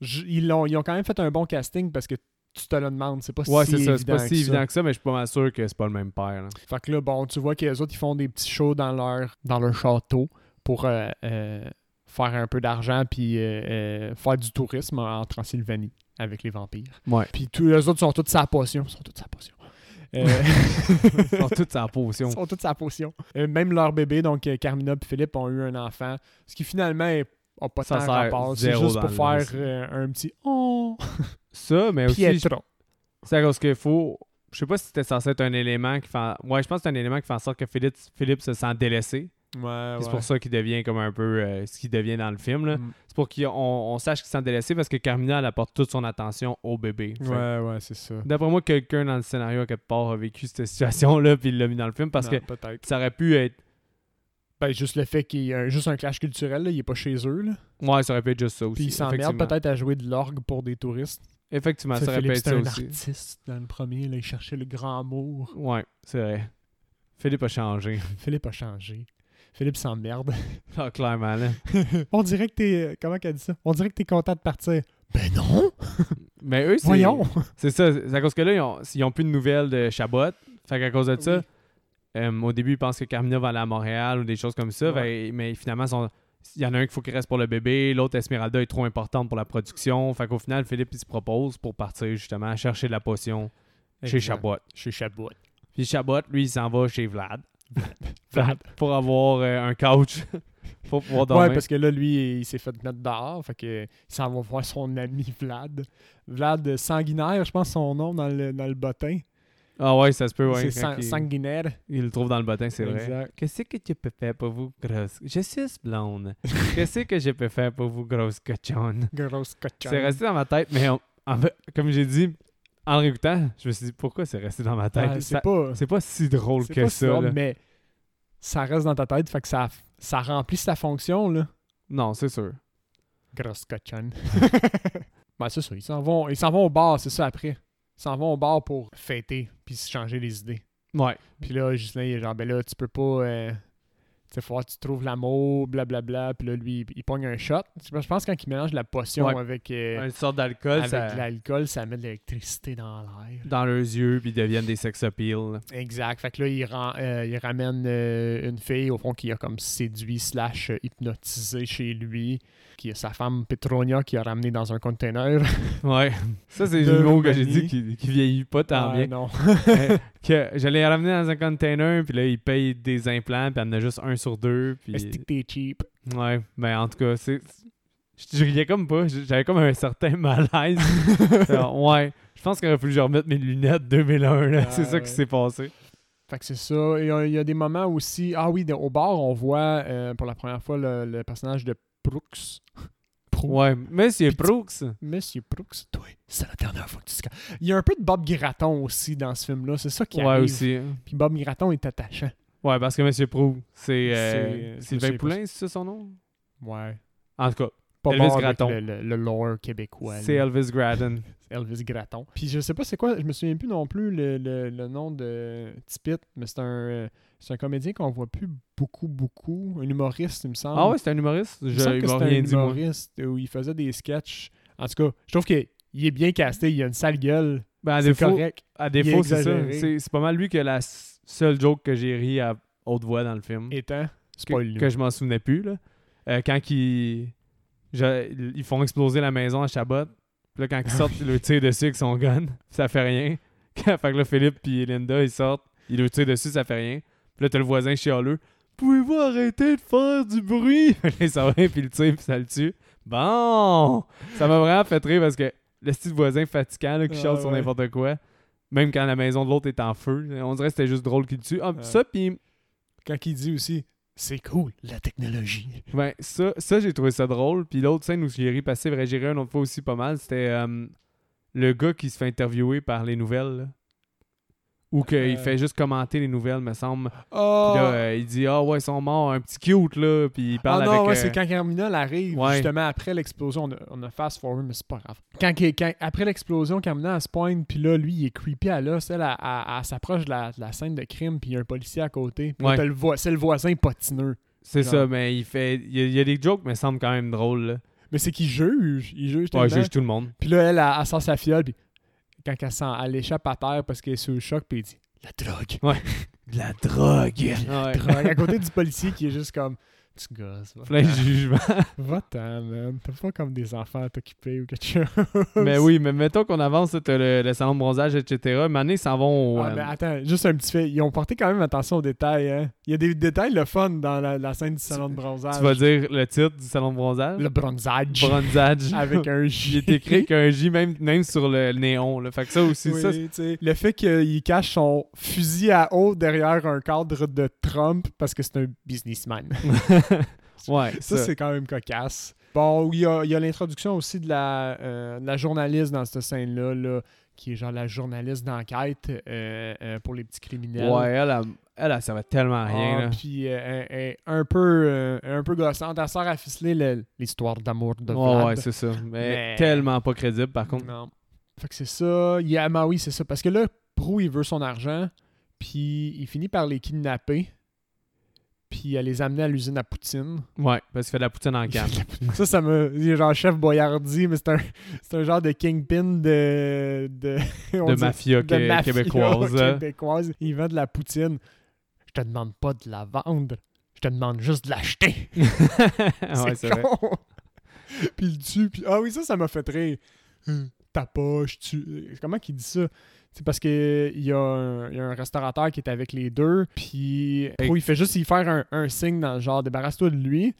Speaker 2: je- ils, ont, ils ont quand même fait un bon casting parce que tu te le demandes. C'est pas
Speaker 1: Ouais,
Speaker 2: si
Speaker 1: c'est
Speaker 2: évident.
Speaker 1: ça. C'est pas si
Speaker 2: que ça.
Speaker 1: évident que ça, mais je suis pas mal sûr que c'est pas le même père. là.
Speaker 2: Fait que là, bon, tu vois que les autres, ils font des petits shows dans leur, dans leur château pour euh, euh, faire un peu d'argent puis euh, euh, faire du tourisme en Transylvanie avec les vampires.
Speaker 1: Ouais.
Speaker 2: Puis tous les autres sont tous sa potion. Ils sont tous sa potion. Euh,
Speaker 1: Ils sont tous en potion.
Speaker 2: Ils sont toutes sa potion. Euh, même leur bébé, donc euh, Carmina et Philippe, ont eu un enfant. Ce qui finalement est, a pas
Speaker 1: Ça
Speaker 2: tant
Speaker 1: sert
Speaker 2: rapport. C'est
Speaker 1: zéro
Speaker 2: juste pour
Speaker 1: dans le
Speaker 2: faire
Speaker 1: reste.
Speaker 2: euh, un petit oh
Speaker 1: Ça, mais aussi, je-
Speaker 2: Pietro.
Speaker 1: c'est à cause qu'il faut. Je sais pas si c'était censé être un élément qui fait. en- Ouais, je pense que c'est un élément qui fait en sorte que Philippe, Philippe se sent délaissé.
Speaker 2: Ah Ouais,
Speaker 1: Puis C'est pour ça qu'il devient comme un peu euh, ce qu'il devient dans le film. là.
Speaker 2: Mm.
Speaker 1: C'est pour qu'on on sache qu'il s'en délaissé parce que Carmina, elle apporte toute son attention au bébé. Fait que
Speaker 2: Ouais, ouais, c'est ça.
Speaker 1: D'après moi, quelqu'un dans le scénario à quelque part a vécu cette situation-là puis il l'a mis dans le film parce
Speaker 2: Non,
Speaker 1: que
Speaker 2: peut-être.
Speaker 1: ça aurait pu être.
Speaker 2: Ben, juste le fait qu'il y a un- juste un clash culturel, là, il est pas chez eux. Là.
Speaker 1: Ouais, ça aurait pu être juste ça aussi.
Speaker 2: Puis il s'emmerde
Speaker 1: effectivement.
Speaker 2: peut-être à jouer de l'orgue pour des touristes.
Speaker 1: Effectivement,
Speaker 2: Tu sais,
Speaker 1: ça aurait pu
Speaker 2: Philippe,
Speaker 1: être
Speaker 2: c'était
Speaker 1: ça aussi.
Speaker 2: un artiste dans le premier, là, il cherchait le grand mot.
Speaker 1: Ouais, c'est vrai. Philippe a changé.
Speaker 2: Philippe a changé. Philippe s'emmerde.
Speaker 1: Ah, clairement, là.
Speaker 2: On dirait que t'es. euh, Comment qu'elle dit ça? On dirait que t'es content de partir. Ben non!
Speaker 1: Mais eux, c'est.
Speaker 2: Voyons!
Speaker 1: C'est ça. C'est à cause que là, ils ont, ils ont plus de nouvelles de Chabot. Fait qu'à cause de ça,
Speaker 2: Oui.
Speaker 1: euh, au début, ils pensent que Carmina va aller à Montréal ou des choses comme ça. Fait- mais finalement, sont- il y en a un qu'il faut qu'il reste pour le bébé. L'autre, Esmeralda, est trop importante pour la production. Fait qu'au final, Philippe, il se propose pour partir justement à chercher de la potion chez
Speaker 2: Exact.
Speaker 1: Chabot.
Speaker 2: Chez Chabot.
Speaker 1: Puis Chabot, lui, il s'en va chez Vlad.
Speaker 2: Vlad.
Speaker 1: pour avoir euh, un couch. pour pouvoir dormir.
Speaker 2: Ouais, parce que là, lui, il s'est fait mettre dehors. Fait que il s'en va voir son ami Vlad. Vlad euh, Sanguinaire, je pense son nom dans le, dans le bottin.
Speaker 1: Ah ouais, ça se peut, ouais.
Speaker 2: c'est
Speaker 1: quand
Speaker 2: sang-
Speaker 1: il,
Speaker 2: Sanguinaire.
Speaker 1: il le trouve dans le bottin, c'est vrai.
Speaker 2: Exact.
Speaker 1: Qu'est-ce que tu peux faire pour vous, grosse... Je suis blonde. Qu'est-ce que je peux faire pour vous, grosse cochonne?
Speaker 2: Grosse cochonne.
Speaker 1: C'est resté dans ma tête, mais on- en fait, comme j'ai dit, en le réécoutant, je me suis dit, pourquoi c'est resté dans ma tête?
Speaker 2: Ouais,
Speaker 1: Ça-
Speaker 2: Ah, c'est pas.
Speaker 1: c'est pas si drôle
Speaker 2: c'est
Speaker 1: que
Speaker 2: pas
Speaker 1: ça.
Speaker 2: ça,
Speaker 1: là.
Speaker 2: mais ça reste dans ta tête. Fait que ça, ça remplit sa fonction, là.
Speaker 1: Non, c'est sûr.
Speaker 2: Grosse cochonne. ben, c'est ça. Ils s'en vont, ils s'en vont au bar, c'est ça, après. Ils s'en vont au bar pour fêter puis se changer les idées.
Speaker 1: Ouais.
Speaker 2: Puis là, Justin, il est genre, ben là, tu peux pas. Euh, tu sais, faut voir que tu trouves l'amour, blablabla. Puis là, lui, il- il pogne un shot. Je pense- je pense que quand il mélange la potion
Speaker 1: Ouais.
Speaker 2: avec, euh,
Speaker 1: Une sorte d'alcool
Speaker 2: avec
Speaker 1: ça-
Speaker 2: l'alcool, ça met de l'électricité dans l'air.
Speaker 1: dans leurs yeux, puis ils deviennent des sex appeal.
Speaker 2: Exact. Fait que là, il, ran- euh, il ramène euh, une fille, au fond, qui a comme séduit, slash euh, hypnotisé chez lui, qui est sa femme Petronia, qui a ramené dans un container.
Speaker 1: Ouais. Ça, c'est
Speaker 2: De
Speaker 1: le mot que j'ai
Speaker 2: Roumanie.
Speaker 1: dit qui, qui vieillit pas tant
Speaker 2: Ah,
Speaker 1: bien.
Speaker 2: non.
Speaker 1: Euh, que j'allais ramener dans un container, puis là, ils payent des implants, puis il y en a juste un sur deux. Puis...
Speaker 2: Est-ce que t'es cheap?
Speaker 1: Ouais, mais en tout cas, c'est. Je je riais comme pas, j- j'avais comme un certain malaise. Alors, ouais, je pense qu'il aurait fallu que je remette mes lunettes 2001, là.
Speaker 2: Ah,
Speaker 1: c'est ça
Speaker 2: ouais.
Speaker 1: qui s'est passé.
Speaker 2: Fait que c'est ça. Il y, a, il y a des moments aussi. Ah oui, de- au bar, on voit euh, pour la première fois le, le personnage de Brooks. Pro-
Speaker 1: Ouais, mais c'est
Speaker 2: Puis tu-
Speaker 1: Brooks.
Speaker 2: Monsieur Brooks, toi, c'est la dernière fois que tu te ca- Il y a un peu de Bob Graton aussi dans ce film-là. C'est ça qui
Speaker 1: Ouais,
Speaker 2: arrive.
Speaker 1: aussi.
Speaker 2: Puis Bob Graton est attachant.
Speaker 1: Ouais, parce que Monsieur Prou, c'est.
Speaker 2: C'est-
Speaker 1: euh, Sylvain
Speaker 2: Monsieur-
Speaker 1: Poulain, c'est ça son nom
Speaker 2: Ouais.
Speaker 1: En tout cas,
Speaker 2: Pas
Speaker 1: Elvis
Speaker 2: bon avec
Speaker 1: Gratton.
Speaker 2: Le, le- le lore québécois.
Speaker 1: c'est
Speaker 2: là.
Speaker 1: Elvis Graden.
Speaker 2: Elvis Graton. Puis je sais pas c'est quoi, je me souviens plus non plus le, le- le nom de Tippett, mais c'est un, euh, c'est un comédien qu'on voit plus beaucoup, beaucoup. Un humoriste, il me semble.
Speaker 1: Ah ouais, c'est un humoriste
Speaker 2: Il me semble
Speaker 1: Je
Speaker 2: que
Speaker 1: il m'a
Speaker 2: c'était
Speaker 1: rien
Speaker 2: un
Speaker 1: dit, moi.
Speaker 2: humoriste où il faisait des sketchs. En tout cas, je trouve qu'il est bien casté. Il a une sale gueule.
Speaker 1: Ben, à
Speaker 2: C'est
Speaker 1: défaut,
Speaker 2: correct.
Speaker 1: à défaut c'est ça.
Speaker 2: exagéré.
Speaker 1: C'est c'est pas mal lui que la s- seule joke que j'ai ri à haute voix dans le film.
Speaker 2: Étant, c'est pas
Speaker 1: que, que je m'en souvenais plus. Là. Euh, quand ils, je- ils font exploser la maison à Chabot, puis là, quand
Speaker 2: Ah
Speaker 1: ils sortent, ils le tirent dessus avec son gun, ça fait rien. fait que là, Philippe puis Linda, ils sortent, ils le tirent dessus, ça fait rien. Puis là, t'as le voisin chialeux. Pouvez-vous arrêter de faire du bruit? Il s'en va, puis il le tire, puis ça le tue. Bon! Ça m'a vraiment fait rire parce que le style voisin fatigant là, qui
Speaker 2: Ah,
Speaker 1: chiale sur
Speaker 2: ouais.
Speaker 1: n'importe quoi, même quand la maison de l'autre est en feu, on dirait que c'était juste drôle qu'il le tue. Ah,
Speaker 2: Ouais.
Speaker 1: Ça, puis
Speaker 2: Quand il dit aussi, c'est cool, la technologie.
Speaker 1: Ouais, Ben, ça, ça j'ai trouvé ça drôle. Puis l'autre scène où j'ai ri passé, vrai, j'ai ri une autre fois aussi pas mal, c'était euh, le gars qui se fait interviewer par les nouvelles. là. Ou qu'il
Speaker 2: Euh.
Speaker 1: fait juste commenter les nouvelles, me semble.
Speaker 2: Ah!
Speaker 1: Puis là, euh, il dit Ah ouais, ils sont morts, un petit cute, là. Puis il parle
Speaker 2: Ah non,
Speaker 1: avec.
Speaker 2: ouais,
Speaker 1: euh,
Speaker 2: c'est quand Carmina arrive,
Speaker 1: Ouais.
Speaker 2: justement, après l'explosion, on a, on a fast forward, mais c'est pas grave. Quand, qu'elle- quand- après l'explosion, Carmina, elle se pointe, puis là, lui, il est creepy à l'os, elle, elle- elle- elle s'approche de la, de la scène de crime, puis il y a un policier à côté, puis là,
Speaker 1: Ouais.
Speaker 2: t'as le voi- c'est le voisin potineux.
Speaker 1: C'est
Speaker 2: Genre.
Speaker 1: ça, mais il fait. Il y, a, il y a des jokes, mais semble quand même drôle. Là.
Speaker 2: Mais c'est qu'il juge, il juge
Speaker 1: Ouais,
Speaker 2: tellement.
Speaker 1: il juge tout le monde.
Speaker 2: Puis là, elle, elle, elle sort sa fiole, puis quand elle, sent, elle échappe à terre parce qu'elle est sous le choc, puis il dit « La drogue!
Speaker 1: De la drogue.
Speaker 2: La Ah, drogue! » À Ah. côté du policier qui est juste comme « Tu gosses, va-
Speaker 1: Plein de jugement.
Speaker 2: va-t'en, man. T'as pas comme des enfants à t'occuper ou quelque chose. »
Speaker 1: mais oui, mais mettons qu'on avance, là, t'as le, le salon de bronzage, etc. Mané, ils s'en vont au.
Speaker 2: Ah,
Speaker 1: euh,
Speaker 2: mais attends, juste un petit fait. Ils ont porté quand même attention aux détails. Hein. Il y a des détails le fun dans la, la scène du salon de bronzage.
Speaker 1: tu vas dire le titre du salon de bronzage
Speaker 2: le bronzage
Speaker 1: bronzage.
Speaker 2: avec un
Speaker 1: J'ai
Speaker 2: J.
Speaker 1: été écrit avec un J, même, même sur le néon. Là. Fait que ça aussi,
Speaker 2: Oui,
Speaker 1: ça,
Speaker 2: tu sais, le fait qu'il cache son fusil à eau derrière un cadre de Trump parce que c'est un businessman.
Speaker 1: Ouais,
Speaker 2: Ça,
Speaker 1: ça.
Speaker 2: c'est quand même cocasse. Bon, il y a, il y a l'introduction aussi de la, euh, de la journaliste dans cette scène-là, là, qui est genre la journaliste d'enquête euh, euh, pour les petits criminels.
Speaker 1: Ouais, elle, elle, elle, elle servait tellement à rien.
Speaker 2: Ah,
Speaker 1: là.
Speaker 2: Puis euh, elle- elle est un peu, euh, un peu gossante. Elle sort à ficeler le- l'histoire d'amour de
Speaker 1: Ouais,
Speaker 2: Vlad.
Speaker 1: ouais, c'est ça. Mais,
Speaker 2: Mais-
Speaker 1: tellement pas crédible, par contre.
Speaker 2: Non. Fait que c'est ça. Il y a Maui, c'est ça. Parce que là, Prou, il veut son argent. Puis il finit par les kidnapper. Puis elle les amener à l'usine à Poutine.
Speaker 1: Ouais, parce qu'il fait de la poutine en canne.
Speaker 2: Ça, ça me. il est genre chef Boyardi, mais c'est un, c'est un genre de kingpin de. De, on
Speaker 1: de
Speaker 2: dit-
Speaker 1: mafia,
Speaker 2: de
Speaker 1: qué-
Speaker 2: mafia
Speaker 1: québécoise. hein.
Speaker 2: québécoise. Il vend de la poutine. Je te demande pas de la vendre. Je te demande juste de l'acheter.
Speaker 1: Ah ouais, c'est
Speaker 2: c'est
Speaker 1: vrai.
Speaker 2: con. puis il tue, puis ah oui, ça, ça m'a fait rire. Hum, Ta poche, tu. Comment qu'il dit ça? C'est parce que il y, a un- il y a un restaurateur qui est avec les deux, puis
Speaker 1: Hey.
Speaker 2: Pro, il fait juste y faire un, un signe dans le genre débarrasse-toi de lui,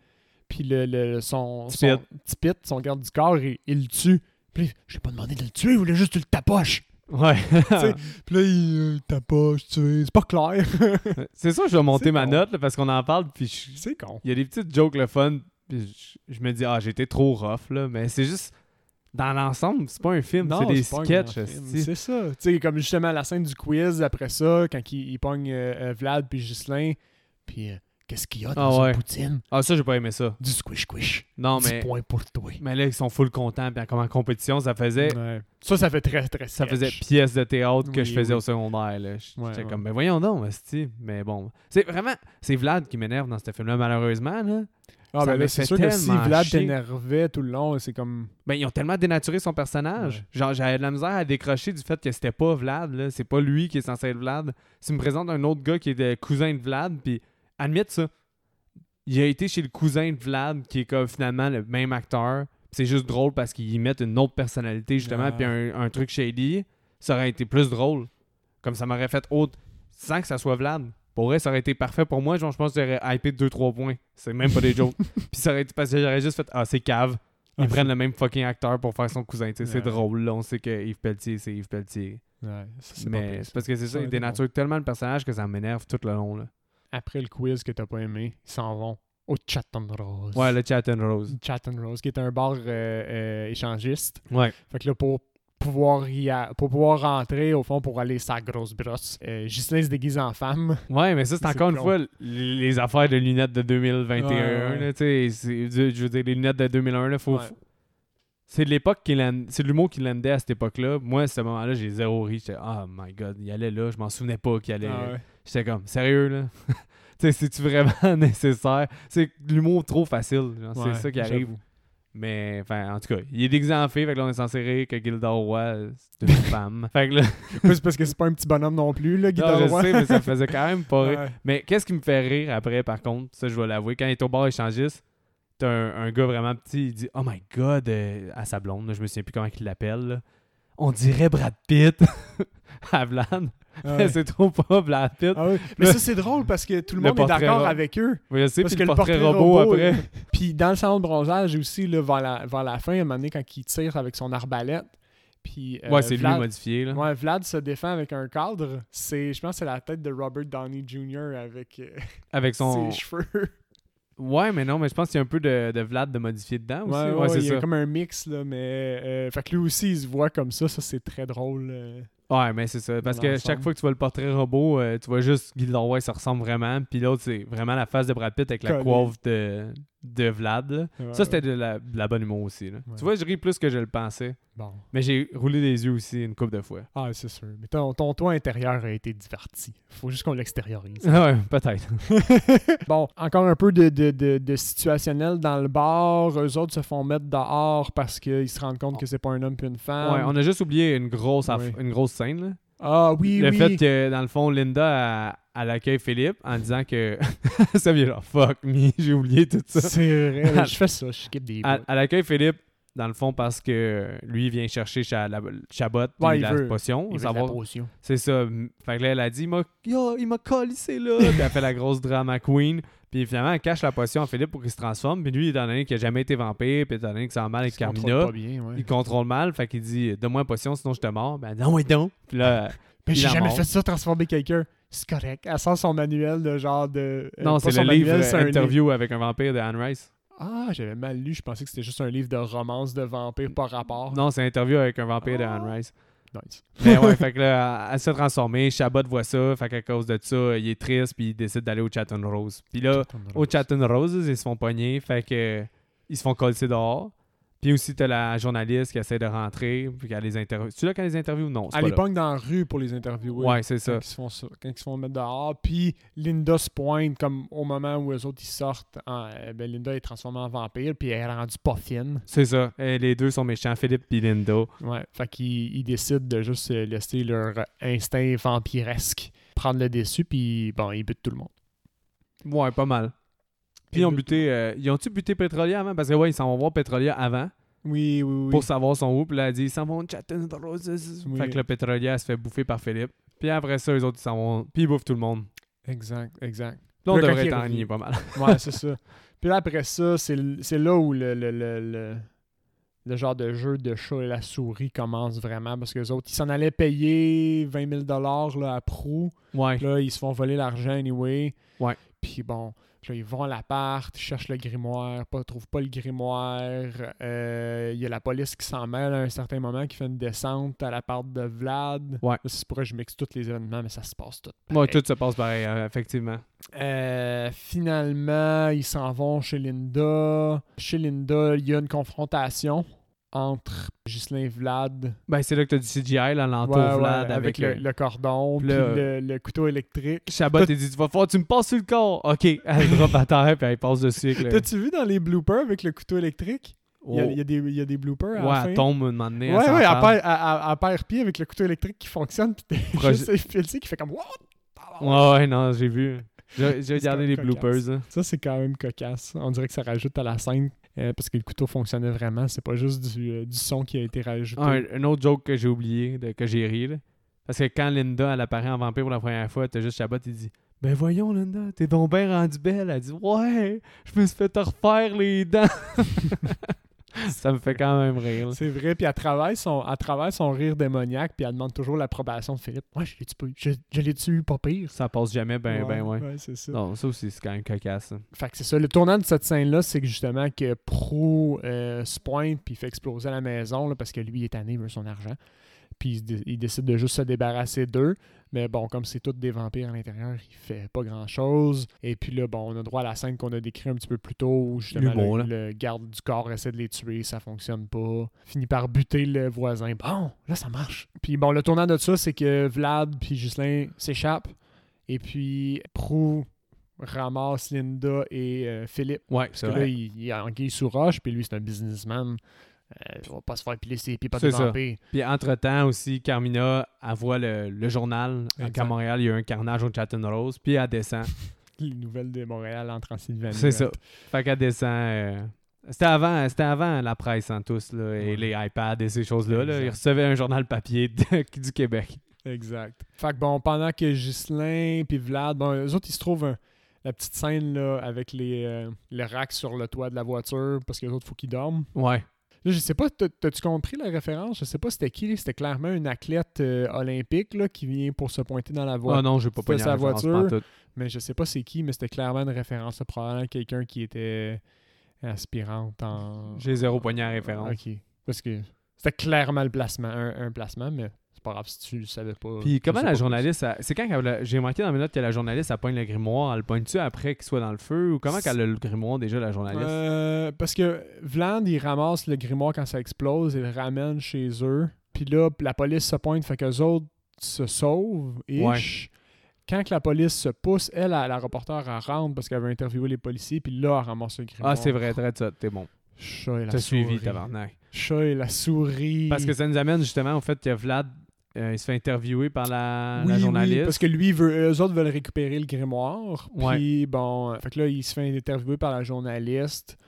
Speaker 2: puis le, le- son,
Speaker 1: Tipit.
Speaker 2: son tipit, son garde du corps, il, il le tue. Puis là, je t'ai pas demandé de le tuer, il voulait juste que tu le tapoches.
Speaker 1: Ouais.
Speaker 2: Puis là, il euh, tapoche, tu c'est pas clair.
Speaker 1: c'est ça, je vais monter
Speaker 2: C'est
Speaker 1: ma
Speaker 2: con.
Speaker 1: note là, parce qu'on en parle. Puis je-
Speaker 2: c'est con.
Speaker 1: il y a des petites jokes le fun. Puis je, je me dis, ah, j'ai été trop rough. là Mais c'est juste, dans l'ensemble, c'est pas un film, c'est des
Speaker 2: pas un
Speaker 1: sketchs.
Speaker 2: grand film.
Speaker 1: esti.
Speaker 2: C'est ça. Tu sais, comme justement la scène du quiz après ça, quand il, il pogne euh, euh, Vlad puis Ghislain, puis euh, qu'est-ce qu'il y a dans
Speaker 1: Ah
Speaker 2: une
Speaker 1: ouais.
Speaker 2: poutine?
Speaker 1: Ah, ça, j'ai pas aimé ça.
Speaker 2: Du squish-quish.
Speaker 1: Non,
Speaker 2: Du
Speaker 1: mais,
Speaker 2: point pour toi.
Speaker 1: mais là, ils sont full contents. Puis comme en compétition, ça faisait.
Speaker 2: Ouais. Ça, ça fait très, très
Speaker 1: Ça
Speaker 2: sketch.
Speaker 1: faisait pièce de théâtre que
Speaker 2: Oui,
Speaker 1: je faisais
Speaker 2: oui.
Speaker 1: au secondaire. là. J- J'étais
Speaker 2: Ouais, ouais.
Speaker 1: comme, ben voyons donc, esti. Mais bon, c'est vraiment, c'est Vlad qui m'énerve dans ce film-là, malheureusement. Là.
Speaker 2: Ah,
Speaker 1: ça
Speaker 2: ben
Speaker 1: me
Speaker 2: là, c'est
Speaker 1: fait
Speaker 2: sûr que si
Speaker 1: tellement
Speaker 2: Vlad
Speaker 1: chier.
Speaker 2: t'énervait tout le long, c'est comme.
Speaker 1: Ben, ils ont tellement dénaturé son personnage. Genre, j'avais de la misère à décrocher du fait que c'était pas Vlad, là. C'est pas lui qui est censé être Vlad. Tu me présentes un autre gars qui est de- cousin de Vlad, puis admite ça. Il a été chez le cousin de Vlad, qui est comme finalement le même acteur. C'est juste drôle parce qu'ils y mettent une autre personnalité, justement,
Speaker 2: Ah.
Speaker 1: puis un, un truc shady. Ça aurait été plus drôle. Comme ça m'aurait fait autre. Sans que ça soit Vlad. Pour vrai, ça aurait été parfait pour moi. Genre, je pense que j'aurais hypé 2-3 points. C'est même pas des jokes. puis ça aurait été parce que j'aurais juste fait Ah, c'est cave. Ils
Speaker 2: Ah,
Speaker 1: prennent le même fucking acteur pour faire son cousin. tu sais, C'est
Speaker 2: Ouais.
Speaker 1: drôle. Là, on sait que Yves Pelletier, c'est Yves Pelletier.
Speaker 2: Ouais, ça, c'est pas
Speaker 1: Mais
Speaker 2: pire,
Speaker 1: c'est
Speaker 2: ça.
Speaker 1: parce que c'est ça,
Speaker 2: aurait
Speaker 1: il
Speaker 2: été
Speaker 1: dénature tellement le personnage que ça m'énerve tout le long. Là.
Speaker 2: Après le quiz que t'as pas aimé, ils s'en vont au Chatham Rose.
Speaker 1: Ouais, le Chat and Rose.
Speaker 2: Chatham Rose, qui est un bar euh, euh, échangiste.
Speaker 1: Ouais.
Speaker 2: Fait que là, pour pouvoir, y a- pour pouvoir rentrer, au fond, pour aller sa grosse brosse, euh, Ghislain se déguise en femme.
Speaker 1: Ouais, mais ça, c'est
Speaker 2: C'est
Speaker 1: encore une
Speaker 2: con.
Speaker 1: fois l- les affaires de lunettes de 2021.
Speaker 2: Ouais, ouais.
Speaker 1: là, tu sais, c'est- je je veux dire, les lunettes de 2001, là, faut.
Speaker 2: Ouais.
Speaker 1: C'est de l'époque qu'il en- c'est de l'humour qu'il landait à cette époque-là. Moi, à ce moment-là, j'ai zéro ri. J'étais, oh my god, il allait là, je m'en souvenais pas qu'il allait.
Speaker 2: Ah,
Speaker 1: là. J'étais comme, sérieux là? tu sais, c'est-tu vraiment nécessaire? C'est de l'humour trop facile. genre,
Speaker 2: Ouais,
Speaker 1: Ah, c'est ça qui arrive.
Speaker 2: j'avoue.
Speaker 1: Mais, enfin, en tout cas, il est déguisé en fille, fait que là, on est censé rire que Gildor Roy, euh, c'est une femme. Fait que là,
Speaker 2: Ouais, c'est parce que c'est pas un petit bonhomme non plus, là,
Speaker 1: non,
Speaker 2: Guitar
Speaker 1: je
Speaker 2: Roy.
Speaker 1: sais, mais ça me faisait quand même pas rire.
Speaker 2: Ouais.
Speaker 1: Mais qu'est-ce qui me fait rire après, par contre, ça, je vais l'avouer, quand il est au bar échangiste, t'as un, un gars vraiment petit, il dit « Oh my God! euh, à sa blonde, là, je me souviens plus comment il l'appelle, là. On dirait Brad Pitt à Vlad.
Speaker 2: Ouais.
Speaker 1: c'est trop pas Brad Pitt.
Speaker 2: Ah ouais. Mais
Speaker 1: Le-
Speaker 2: ça, c'est drôle parce que tout le,
Speaker 1: Le
Speaker 2: monde est
Speaker 1: portrait
Speaker 2: d'accord
Speaker 1: ro-
Speaker 2: avec eux.
Speaker 1: Mais je sais,
Speaker 2: Parce
Speaker 1: puis
Speaker 2: que
Speaker 1: le portrait, robot, après...
Speaker 2: euh, Puis dans le salon de bronzage, j'ai aussi, là, vers la, vers la fin, à un moment donné, quand il tire avec son arbalète. Puis, euh,
Speaker 1: ouais, c'est lui
Speaker 2: Vlad-
Speaker 1: modifié, là.
Speaker 2: Ouais, Vlad se défend avec un cadre. C'est, je pense que c'est la tête de Robert Downey Jr. avec euh,
Speaker 1: Avec son...
Speaker 2: ses cheveux.
Speaker 1: Ouais, mais non, mais je pense qu'il y a un peu de, de Vlad de modifié dedans aussi.
Speaker 2: Ouais,
Speaker 1: Ouais,
Speaker 2: ouais,
Speaker 1: c'est
Speaker 2: Ah, il y
Speaker 1: ça.
Speaker 2: a comme un mix, là, mais... euh, fait que lui aussi, il se voit comme ça, ça, c'est très drôle. euh.
Speaker 1: Ouais, mais c'est ça. Parce
Speaker 2: Dans
Speaker 1: que
Speaker 2: l'ensemble.
Speaker 1: chaque fois que tu vois le portrait robot, euh, tu vois juste Guy Leroy, ça ressemble vraiment. Puis l'autre, c'est vraiment la face de Brad Pitt avec la
Speaker 2: Collé.
Speaker 1: coiffe de, de Vlad. là. ça, c'était de la, de la bonne humour aussi. là.
Speaker 2: Ouais.
Speaker 1: Tu vois, je ris plus que je le pensais.
Speaker 2: euh, Bon.
Speaker 1: Mais j'ai roulé des yeux aussi une couple de fois.
Speaker 2: Ah, c'est sûr. Mais ton, ton toit intérieur a été diverti. Faut juste qu'on l'extériorise.
Speaker 1: Ah ouais, peut-être.
Speaker 2: bon, encore un peu de, de, de- de situationnel dans le bar. Eux autres se font mettre dehors parce qu'ils se rendent compte que c'est pas un homme puis une femme.
Speaker 1: ouais, on a juste oublié une grosse, aff-
Speaker 2: ouais.
Speaker 1: une grosse scène. là.
Speaker 2: Ah oui,
Speaker 1: le
Speaker 2: oui.
Speaker 1: fait que, dans le fond, Linda, elle, elle accueille Philippe en disant que. ça vient genre, fuck me, j'ai oublié tout ça.
Speaker 2: C'est vrai. là, je fais ça, je skip des
Speaker 1: Elle,
Speaker 2: bouts.
Speaker 1: elle accueille Philippe, dans le fond, parce que lui, il vient chercher Cha- la- Chabot puis
Speaker 2: Ouais, il
Speaker 1: la
Speaker 2: veut-
Speaker 1: potion.
Speaker 2: Il veut de la
Speaker 1: savoir-
Speaker 2: potion.
Speaker 1: C'est ça. M- Fait que là, elle a dit, il m'a- Yo, il m'a collissé là. puis elle fait la grosse drama queen. Puis finalement, elle cache la potion à Philippe pour qu'il se transforme. Puis lui, étant donné qu'il a jamais été vampire, puis étant donné que ça va mal
Speaker 2: Il
Speaker 1: avec
Speaker 2: se
Speaker 1: Carmina,
Speaker 2: contrôle pas bien, ouais.
Speaker 1: il contrôle mal. Fait qu'il dit, donne-moi une potion, sinon je te mords. Ben non, ouais, donc. Puis là,
Speaker 2: Mais
Speaker 1: Il
Speaker 2: Ben, j'ai
Speaker 1: la
Speaker 2: jamais
Speaker 1: mord.
Speaker 2: fait ça, transformer quelqu'un. C'est correct. Elle sort son manuel de genre de. euh,
Speaker 1: non, c'est
Speaker 2: pas son
Speaker 1: le livre
Speaker 2: manuel, c'est un
Speaker 1: euh, Interview avec un vampire de Anne Rice.
Speaker 2: livre- Ah, j'avais mal lu. Je pensais que c'était juste un livre de romance de vampire par rapport.
Speaker 1: Non, c'est Interview avec un vampire de
Speaker 2: Ah.
Speaker 1: Anne Rice.
Speaker 2: Nice.
Speaker 1: Mais ouais, fait que là, elle- elle s'est transformée. Chabot voit ça. Fait qu'à cause de ça, il est triste. Puis il décide d'aller au Chaton Rose. Puis là, au Chaton Roses, ils se font pogner, fait que euh, ils se font coller dehors. Puis aussi, t'as la journaliste qui essaie de rentrer, puis qu'elle les interviewe. C'est là qu'elle les interviewe ou non? c'est
Speaker 2: À
Speaker 1: pas là.
Speaker 2: l'époque, dans la rue pour les interviewer.
Speaker 1: Ouais, c'est
Speaker 2: Quand
Speaker 1: ça.
Speaker 2: ils se font ça- quand ils se font mettre dehors. Puis Linda se pointe comme au moment où eux autres ils sortent. en- euh, ben, Linda est transformée en vampire. Puis elle est rendue pas fine.
Speaker 1: C'est ça. Et les deux sont méchants, Philippe et Linda.
Speaker 2: Ouais. Fait qu'ils ils décident de juste euh, laisser leur instinct vampiresque prendre le dessus. Puis bon, ils butent tout le monde.
Speaker 1: Ouais, pas mal. Puis ils ont buté. euh, ils ont-tu buté Pétrolier avant? Parce que ouais, ils s'en vont voir Pétrolier avant
Speaker 2: Oui, oui, oui.
Speaker 1: pour savoir son où. Puis là, elle dit ils s'en vont au Chatham Roses.
Speaker 2: Oui.
Speaker 1: Fait que le Pétrolier, elle se fait bouffer par Philippe. Puis après ça, les autres, ils s'en vont. Puis ils bouffent tout le monde.
Speaker 2: Exact, exact.
Speaker 1: Là, on
Speaker 2: Puis là, quand
Speaker 1: devrait
Speaker 2: il
Speaker 1: être en
Speaker 2: revient-
Speaker 1: ligne pas mal.
Speaker 2: Ouais, c'est ça. Puis là, après ça, c'est l- c'est là où le, le, le, le- le genre de jeu de chat et la souris commence vraiment parce que les autres, ils s'en allaient payer 20 000 là, à Prou.
Speaker 1: Ouais.
Speaker 2: Là, ils se font voler l'argent anyway.
Speaker 1: Ouais.
Speaker 2: Puis bon, là, ils vont à l'appart, ils cherchent le grimoire, pas, trouvent pas le grimoire. Euh, Il y a la police qui s'en mêle à un certain moment, qui fait une descente à l'appart de Vlad.
Speaker 1: Ouais.
Speaker 2: Là, C'est pourquoi je mixe tous les événements, mais ça se passe tout.
Speaker 1: Ouais,
Speaker 2: pareil.
Speaker 1: tout se passe pareil, euh, effectivement.
Speaker 2: Euh, finalement, ils s'en vont chez Linda. Chez Linda, il y a une confrontation entre Ghislain et Vlad,
Speaker 1: Ben, c'est là que t'as du CGI, là, l'entour
Speaker 2: Ouais, ouais,
Speaker 1: Vlad avec,
Speaker 2: le,
Speaker 1: le...
Speaker 2: le cordon,
Speaker 1: puis
Speaker 2: puis
Speaker 1: là-
Speaker 2: le, le couteau électrique.
Speaker 1: Chabot, il dit, tu vas falloir que tu me passes sur le corps. OK, elle drop à terre, puis elle passe dessus. Avec le...
Speaker 2: T'as-tu vu dans les bloopers avec le couteau électrique? Il y a-
Speaker 1: euh, Oh.
Speaker 2: il y, a des- il y a des bloopers à la
Speaker 1: ouais,
Speaker 2: fin.
Speaker 1: elle tombe un moment donné.
Speaker 2: Ouais, ouais,
Speaker 1: elle s'en
Speaker 2: elle
Speaker 1: parle.
Speaker 2: perd, elle- elle- elle perd pied avec le couteau électrique qui fonctionne, puis t'es
Speaker 1: Projet-
Speaker 2: juste Filthy qui fait comme « What? »
Speaker 1: Ouais, ouais, non, j'ai vu. J'ai j'ai regardé
Speaker 2: comme
Speaker 1: les
Speaker 2: cocasse.
Speaker 1: bloopers. hein.
Speaker 2: Ça, c'est quand même cocasse. On dirait que ça rajoute à la scène euh, parce que le couteau fonctionnait vraiment. C'est pas juste du, euh, du son qui a été rajouté.
Speaker 1: Ah, un, un autre joke que j'ai oublié, de- que j'ai ri, là. Parce que quand Linda, elle apparaît en vampire pour la première fois, t'as juste Chabot, il dit Ben voyons, Linda, t'es donc bien rendue belle. Elle dit Ouais, je me suis fait te refaire les dents. Ça me fait quand même rire. là.
Speaker 2: C'est vrai. Puis à travers son, à travers son rire démoniaque, puis elle demande toujours l'approbation de Philippe. Ouais, je l'ai-tu pas eu? Je, je l'ai-tu eu pas pire?
Speaker 1: Ça passe jamais, ben, ben, ouais.
Speaker 2: c'est ça.
Speaker 1: Non, ça aussi, c'est quand même cocasse. hein.
Speaker 2: Fait que c'est ça. Le tournant de cette scène-là, c'est que justement que Pro se pointe puis il fait exploser la maison là, parce que lui, il est tanné, il veut son argent. Puis il, se dé- il décide de juste se débarrasser d'eux. Mais bon, comme c'est tous des vampires à l'intérieur, il fait pas grand-chose. Et puis là, bon, on a droit à la scène qu'on a décrite un petit peu plus tôt où justement
Speaker 1: L'humour,
Speaker 2: le, le garde du corps essaie de les tuer, ça fonctionne pas. Finit par buter le voisin. Bon, là, ça marche. Puis bon, le tournant de ça, c'est que Vlad puis Ghislain s'échappent. Et puis Prou ramasse Linda et euh, Philippe.
Speaker 1: Ouais, c'est
Speaker 2: Parce que
Speaker 1: vrai.
Speaker 2: là, il, il est anguille sous roche, puis lui, c'est un businessman. Euh, il va pas se faire piler ses pieds par des
Speaker 1: C'est ça.
Speaker 2: vampires.
Speaker 1: Puis entre-temps aussi, Carmina, elle voit le, le journal
Speaker 2: Exact.
Speaker 1: qu'à Montréal, il y a eu un carnage au Chatham Rose, puis elle descend.
Speaker 2: Les nouvelles de Montréal en Transylvanie.
Speaker 1: C'est ça. Fait qu'elle descend... euh, C'était avant, c'était avant la presse en tous, là, et
Speaker 2: Ouais.
Speaker 1: les iPads et ces choses-là. là.
Speaker 2: Exact.
Speaker 1: Ils recevaient un journal papier de- du Québec.
Speaker 2: Exact. Fait que bon, pendant que Ghislain puis Vlad, bon, eux autres, ils se trouvent un- la petite scène là, avec les, euh, le rack sur le toit de la voiture, parce que les autres, faut qu'ils dorment.
Speaker 1: Ouais.
Speaker 2: Là, je sais pas, t'as- t'as-tu compris la référence? Je sais pas c'était qui, là. c'était clairement une athlète euh, olympique là, qui vient pour se pointer dans la voiture.
Speaker 1: Oh non, j'ai pas
Speaker 2: C'était
Speaker 1: pogné la
Speaker 2: sa
Speaker 1: référence
Speaker 2: voiture.
Speaker 1: pantoute.
Speaker 2: Mais je sais pas c'est qui, mais c'était clairement une référence. là, probablement quelqu'un qui était euh, aspirante en. Ah,
Speaker 1: J'ai zéro pogné la référence.
Speaker 2: Ok. Parce que c'était clairement le placement, un, un placement, mais c'est pas grave si tu le savais pas.
Speaker 1: Puis comment
Speaker 2: Je sais
Speaker 1: la
Speaker 2: pas
Speaker 1: journaliste, elle- c'est quand qu'elle a- j'ai manqué dans mes notes que la journaliste, elle pogne le grimoire, elle le pogne-tu après qu'il soit dans le feu ou comment qu'elle a le grimoire déjà, la
Speaker 2: plus.
Speaker 1: journaliste
Speaker 2: Euh, parce que Vlad, il ramasse le grimoire quand ça explose, il le ramène chez eux. Puis là, la police se pointe, fait qu'eux autres se sauvent. ish. Quand que la police se pousse, elle, la, la reporter, elle rentre parce qu'elle veut interviewer les policiers, puis là, elle ramasse le grimoire.
Speaker 1: Ah, c'est vrai, très ça, t'es bon.
Speaker 2: Chat et la
Speaker 1: T'as suivi,
Speaker 2: souris.
Speaker 1: tabarnak.
Speaker 2: Chat et la souris.
Speaker 1: Parce que ça nous amène justement au fait que Vlad, euh, il se fait interviewer par la,
Speaker 2: Oui,
Speaker 1: la
Speaker 2: oui,
Speaker 1: journaliste.
Speaker 2: parce que lui, veut, eux autres veulent récupérer le grimoire.
Speaker 1: Ouais.
Speaker 2: Puis bon, euh, fait que là, il se fait interviewer par la journaliste.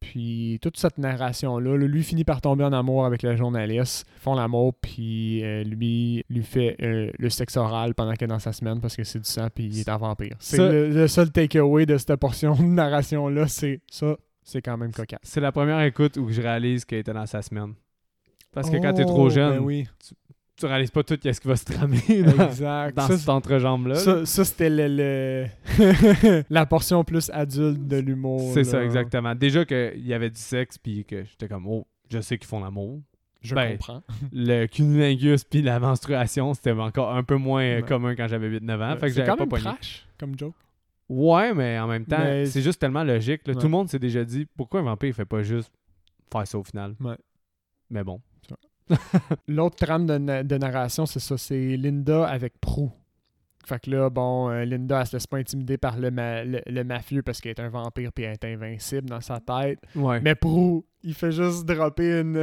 Speaker 2: Puis toute cette narration-là, là, lui finit par tomber en amour avec la journaliste. Ils font l'amour, puis euh, lui lui fait euh, le sexe oral pendant qu'elle est dans sa semaine parce que c'est du sang, puis il est en vampire. C'est
Speaker 1: Ça-
Speaker 2: le, le seul takeaway de cette portion de narration-là, c'est ça, c'est quand même cocasse.
Speaker 1: C'est la première écoute où je réalise qu'elle était dans sa semaine. Parce que quand t'es trop jeune,
Speaker 2: Ben oui,
Speaker 1: tu réalises pas tout ce qui va se tramer dans,
Speaker 2: exact.
Speaker 1: dans
Speaker 2: Ça,
Speaker 1: cette entrejambe-là.
Speaker 2: Ça, ça, c'était le, le- la portion plus adulte de l'humour.
Speaker 1: c'est
Speaker 2: Oh là.
Speaker 1: ça, exactement. Déjà qu'il y avait du sexe, puis que j'étais comme, oh, je sais qu'ils font l'amour.
Speaker 2: Je
Speaker 1: Ben,
Speaker 2: comprends.
Speaker 1: Le cunnilingus, puis la menstruation, c'était encore un peu moins euh,
Speaker 2: Ouais.
Speaker 1: commun quand j'avais 8-9 ans. hein, fait que
Speaker 2: c'est
Speaker 1: j'avais
Speaker 2: quand
Speaker 1: pas
Speaker 2: même
Speaker 1: pogné.
Speaker 2: trash comme joke.
Speaker 1: Ouais, mais en même temps,
Speaker 2: Mais-
Speaker 1: c'est juste tellement logique. là. Tout
Speaker 2: Ouais.
Speaker 1: le monde s'est déjà dit pourquoi un vampire il fait pas juste faire ça au final.
Speaker 2: Ouais.
Speaker 1: Mais bon.
Speaker 2: L'autre trame de, na- de narration, c'est ça, c'est Linda avec Prou. Fait que là, bon, euh, Linda, elle se laisse pas intimider par le, ma- le, le mafieux parce qu'elle est un vampire puis elle est invincible dans sa tête.
Speaker 1: Ouais.
Speaker 2: Mais Prou, il fait juste dropper une,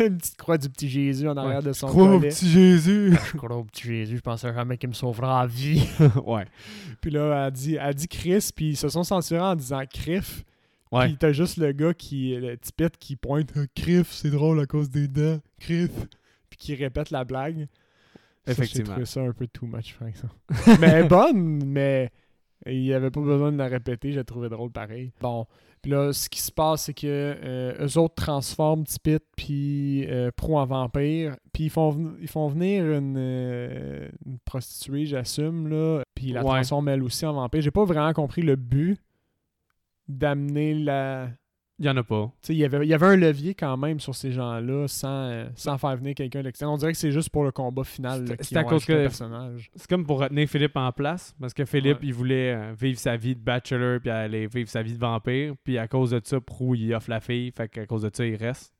Speaker 2: une petite croix du petit Jésus en arrière
Speaker 1: Ouais.
Speaker 2: de son
Speaker 1: Crois au
Speaker 2: collet.
Speaker 1: petit Jésus.
Speaker 3: Je crois au petit Jésus, je pensais jamais qu'il me sauvera la vie.
Speaker 1: ouais.
Speaker 2: Puis là, elle dit, elle dit Chris, puis ils se sont censurés en disant Criff.
Speaker 1: Ouais.
Speaker 2: Puis t'as juste le gars qui, le tipette qui pointe Ah, Criff, c'est drôle à cause des dents, Criff. Puis qui répète la blague. Ça, J'ai
Speaker 1: Effectivement.
Speaker 2: trouvé ça un peu too much, par exemple. mais elle est bonne, mais il avait pas besoin de la répéter, j'ai trouvé drôle pareil. Bon. Puis là, ce qui se passe, c'est que euh, eux autres transforment Tipit puis euh, Pro en vampire. Puis ils font, ven- ils font venir une, euh, une prostituée, j'assume, là. Puis ils la
Speaker 1: Ouais.
Speaker 2: transforment elle aussi en vampire. J'ai pas vraiment compris le but d'amener la.
Speaker 1: Il y en a pas.
Speaker 2: Tu sais, il y avait- il y avait un levier quand même sur ces gens-là sans, euh, sans faire venir quelqu'un d'extérieur. On dirait que c'est juste pour le combat final là,
Speaker 1: C'était-
Speaker 2: qu'ils
Speaker 1: c'était à
Speaker 2: ont
Speaker 1: cause
Speaker 2: ajouté
Speaker 1: que-
Speaker 2: le personnage.
Speaker 1: C'est comme pour retenir Philippe en place, parce que Philippe,
Speaker 2: Ouais.
Speaker 1: il voulait euh, vivre sa vie de bachelor, puis aller vivre sa vie de vampire, puis à cause de ça, Prou, il offre la fille, fait qu'à cause de ça, il reste.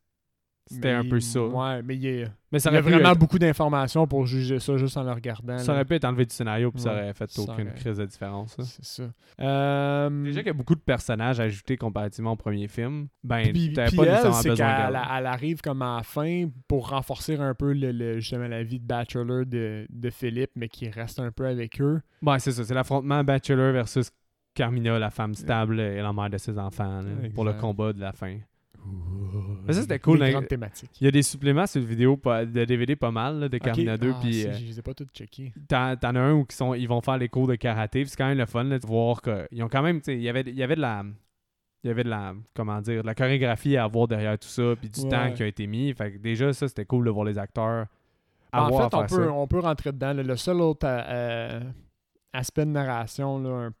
Speaker 1: C'était un
Speaker 2: Mais-
Speaker 1: peu ça.
Speaker 2: Ouais, mais il y a,
Speaker 1: Mais ça
Speaker 2: il y a
Speaker 1: aurait, pu
Speaker 2: vraiment
Speaker 1: être-
Speaker 2: beaucoup d'informations pour juger ça juste en le regardant.
Speaker 1: ça
Speaker 2: là.
Speaker 1: aurait pu être enlevé du scénario, puis ça
Speaker 2: Ouais,
Speaker 1: aurait fait
Speaker 2: ça
Speaker 1: aucune
Speaker 2: aurait- Hmm.
Speaker 1: crise de différence. là.
Speaker 2: C'est ça. Euh,
Speaker 1: Déjà qu'il y a beaucoup de personnages ajoutés comparativement au premier film, ben,
Speaker 2: puis,
Speaker 1: t'avais
Speaker 2: puis
Speaker 1: pas
Speaker 2: elle,
Speaker 1: nécessairement
Speaker 2: c'est
Speaker 1: besoin
Speaker 2: qu'elle
Speaker 1: d'elle.
Speaker 2: elle arrive comme à la fin pour renforcer un peu le, le- justement la vie de Bachelor de, de Philippe, mais qui reste un peu avec eux.
Speaker 1: Ouais, c'est ça. C'est l'affrontement Bachelor versus Carmina, la femme stable et la mère de ses enfants, là,
Speaker 2: Exact.
Speaker 1: pour le combat de la fin. Mais ça, c'était cool.
Speaker 2: Des
Speaker 1: hein.
Speaker 2: grandes thématiques.
Speaker 1: Il y a des suppléments sur le vidéo pas- de DVD pas mal, là, de Carmina
Speaker 2: Ok.
Speaker 1: 2,
Speaker 2: Ah,
Speaker 1: puis
Speaker 2: si,
Speaker 1: euh,
Speaker 2: Je les ai pas toutes checkées.
Speaker 1: t'en t'en as un où ils, sont, ils vont faire les cours de karaté, puis c'est quand même le fun là, de voir qu'ils ont quand même, tu sais, il y avait, il y avait de la... Il y avait de la, comment dire, de la chorégraphie à avoir derrière tout ça, puis du
Speaker 2: Ouais.
Speaker 1: temps qui a été mis. Fait que déjà, ça, c'était cool de voir les acteurs
Speaker 2: Ben, en
Speaker 1: avoir
Speaker 2: fait,
Speaker 1: à
Speaker 2: on
Speaker 1: faire
Speaker 2: peut,
Speaker 1: ça.
Speaker 2: on peut rentrer dedans. là. Le seul autre euh, euh, aspect de narration là, un,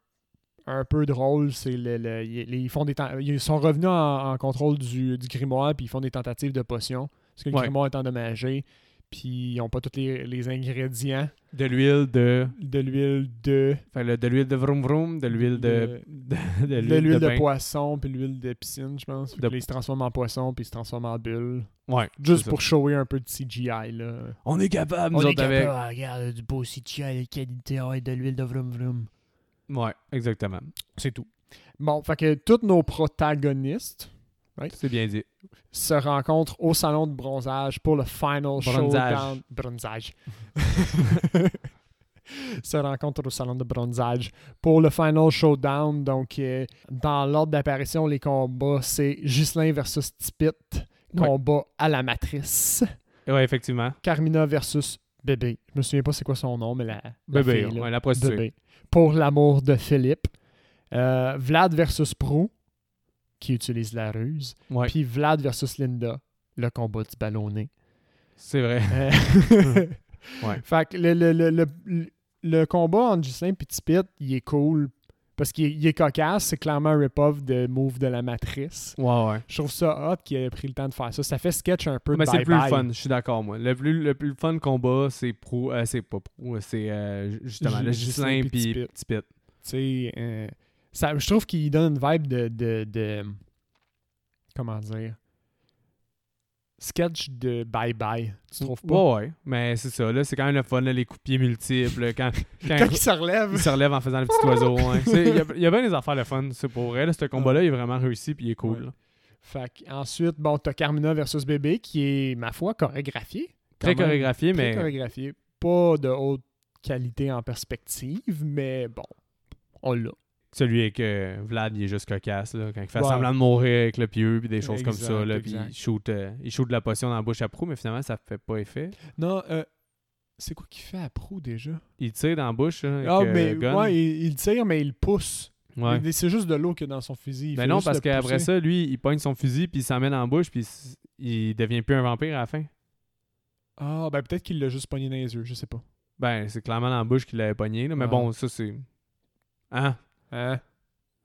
Speaker 2: un peu drôle, c'est le, le- ils, ils font des ten- ils sont revenus en, en contrôle du, du grimoire puis ils font des tentatives de potions parce que le
Speaker 1: Ouais.
Speaker 2: grimoire est endommagé puis ils n'ont pas tous les, les ingrédients
Speaker 1: De l'huile de...
Speaker 2: de l'huile de
Speaker 1: Fait que le- de l'huile de vroom vroom, de l'huile de... de, de
Speaker 2: de l'huile de,
Speaker 1: bain.
Speaker 2: poisson puis l'huile de piscine, je pense. Fait que
Speaker 1: De-
Speaker 2: là, Ils se transforment en poisson puis ils se transforment en bulle.
Speaker 1: Ouais. c'est
Speaker 2: Juste
Speaker 1: ça.
Speaker 2: pour shower un peu de CGI là.
Speaker 1: On est capable, nous
Speaker 3: On est
Speaker 1: autres, avec.
Speaker 3: capable, ah, regarde, du beau sitio à la qualité, ouais, de l'huile de vroom vroom.
Speaker 1: Ouais, exactement.
Speaker 2: C'est tout. Bon, fait que tous nos protagonistes
Speaker 1: C'est bien dit.
Speaker 2: se rencontrent au salon de bronzage pour le final
Speaker 1: Bronzage.
Speaker 2: showdown. Bronzage. se rencontrent au salon de bronzage pour le final showdown. Donc, euh, dans l'ordre d'apparition, les combats, c'est Ghislain versus Tipit.
Speaker 1: Ouais.
Speaker 2: Combat à la matrice.
Speaker 1: Ouais, effectivement.
Speaker 2: Carmina versus Bébé. Je me souviens pas c'est quoi son nom, mais la. la
Speaker 1: Bébé,
Speaker 2: fille, là.
Speaker 1: ouais, la prostituée.
Speaker 2: Bébé. Pour l'amour de Philippe. Euh, Vlad versus Pro, qui utilise la ruse.
Speaker 1: Ouais,
Speaker 2: Puis Vlad versus Linda, le combat du ballonné.
Speaker 1: c'est vrai.
Speaker 2: Euh,
Speaker 1: Ouais.
Speaker 2: Fait que le, le, le, le, le combat entre Justin et Tipit, il est cool Parce qu'il est- il est cocasse, c'est clairement un rip-off de Move de la Matrice.
Speaker 1: Ouais, ouais.
Speaker 2: Je trouve ça hot qu'il ait pris le temps de faire ça. Ça fait sketch un peu de
Speaker 1: Mais c'est le plus le
Speaker 2: bye-bye.
Speaker 1: fun, je suis d'accord, moi. Le plus, le plus fun combat, c'est pro. euh, c'est pas pro, c'est euh, ju- justement
Speaker 2: Ju-
Speaker 1: le
Speaker 2: Ghislain
Speaker 1: Gislin
Speaker 2: puis
Speaker 1: puis
Speaker 2: Tipit.
Speaker 1: Petit Pit.
Speaker 2: Tu sais, euh, ça- je trouve qu'il donne une vibe de, de, de- Comment dire Sketch de bye-bye. Tu trouves
Speaker 1: Ouais,
Speaker 2: pas
Speaker 1: ouais. Mais c'est ça, là, c'est quand même le fun, là, les coups de pied multiples. Quand, quand,
Speaker 2: Quand il se relève.
Speaker 1: il se relève en faisant le petit oiseau. hein. C'est- Il y, a- il y a bien des affaires le fun, c'est pour elle. Ce combat-là, il est vraiment réussi puis il est cool.
Speaker 2: Ouais.
Speaker 1: là.
Speaker 2: Fait que ensuite, bon, t'as Carmina versus Bébé qui est, ma foi, chorégraphié.
Speaker 1: Très
Speaker 2: Quand même,
Speaker 1: chorégraphié,
Speaker 2: Très
Speaker 1: mais.
Speaker 2: chorégraphié. Pas de haute qualité en perspective, mais bon, on l'a.
Speaker 1: Celui avec euh, Vlad, il est juste cocasse, là, quand il fait
Speaker 2: Ouais.
Speaker 1: semblant de mourir avec le pieu, puis des choses comme
Speaker 2: Exact,
Speaker 1: ça, là, puis
Speaker 2: exact.
Speaker 1: il shoot, euh, il shoot de la potion dans la bouche à proue, mais finalement, ça fait pas effet.
Speaker 2: Non, euh, c'est quoi qui fait à Pro déjà?
Speaker 1: Il tire dans la bouche, là, avec,
Speaker 2: Ah,
Speaker 1: euh,
Speaker 2: mais
Speaker 1: gun.
Speaker 2: ouais, il, il tire, mais il pousse.
Speaker 1: Ouais.
Speaker 2: Il- C'est juste de l'eau que dans son fusil. il
Speaker 1: Ben
Speaker 2: fait
Speaker 1: non,
Speaker 2: juste
Speaker 1: parce
Speaker 2: le
Speaker 1: qu'après
Speaker 2: pousser.
Speaker 1: ça, lui, il pogne son fusil, puis il s'en met dans la bouche, puis s- il devient plus un vampire à la fin.
Speaker 2: Ah, ben peut-être qu'il l'a juste pogné dans les yeux, je sais pas.
Speaker 1: Ben, c'est clairement dans la bouche qu'il l'avait pogné, là, mais
Speaker 2: Ouais.
Speaker 1: bon, ça, c'est... Hein?
Speaker 2: Hein?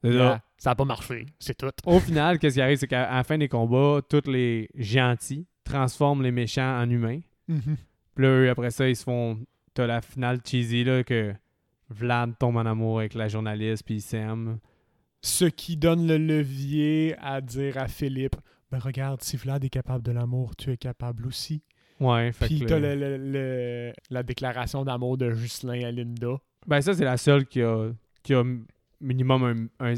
Speaker 1: C'est là.
Speaker 2: Ah, ça a pas marché, c'est tout.
Speaker 1: Au final, qu'est-ce qui arrive, c'est qu'à à la fin des combats, tous les gentils transforment les méchants en humains.
Speaker 2: Mhm.
Speaker 1: Puis là, eux, après ça, ils se font. T'as la finale cheesy, là, que Vlad tombe en amour avec la journaliste, puis ils s'aiment.
Speaker 2: Ce qui donne le levier à dire à Philippe Ben regarde, si Vlad est capable de l'amour, tu es capable aussi.
Speaker 1: Ouais, fait
Speaker 2: Puis
Speaker 1: que.
Speaker 2: t'as
Speaker 1: là-
Speaker 2: le- le- le- la déclaration d'amour de Juscelin à Linda.
Speaker 1: Ben, ça, c'est la seule qui a, qui a m- minimum un, un,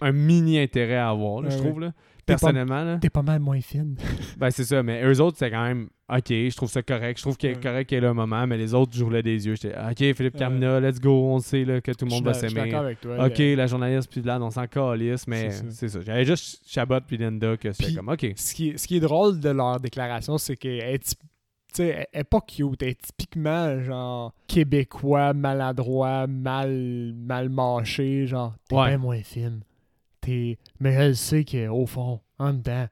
Speaker 1: un mini intérêt à avoir, là,
Speaker 2: Ouais,
Speaker 1: je trouve, là.
Speaker 2: T'es pas-
Speaker 1: Personnellement, là.
Speaker 2: T'es pas mal moins fine.
Speaker 1: Ben, c'est ça, mais eux autres, c'est quand même. Ok, je trouve ça correct. Je trouve qu'il est
Speaker 2: Ouais.
Speaker 1: correct qu'il y ait là un moment, mais les autres, je roulais des yeux. J'étais, ok, Philippe
Speaker 2: Ouais.
Speaker 1: Carmina, let's go, on sait là, que tout le monde
Speaker 2: Je
Speaker 1: va
Speaker 2: suis d'a- je suis
Speaker 1: s'aimer.
Speaker 2: d'accord avec toi.
Speaker 1: Ok,
Speaker 2: Le-
Speaker 1: la journaliste puis Vlad, on s'en calisse, mais
Speaker 2: C'est ça.
Speaker 1: c'est ça. J'avais juste Chabot puis Linda que c'était
Speaker 2: Puis-
Speaker 1: comme, ok.
Speaker 2: Ce qui, est- ce qui est drôle de leur déclaration, c'est qu'elle est, typ- tu sais, elle- elle est pas cute. Elle est typiquement, genre, québécois, maladroit, mal, mal mâché, genre,
Speaker 3: T'es
Speaker 1: Ouais.
Speaker 3: bien moins fine. T'es... Mais elle sait qu'au fond, en dedans,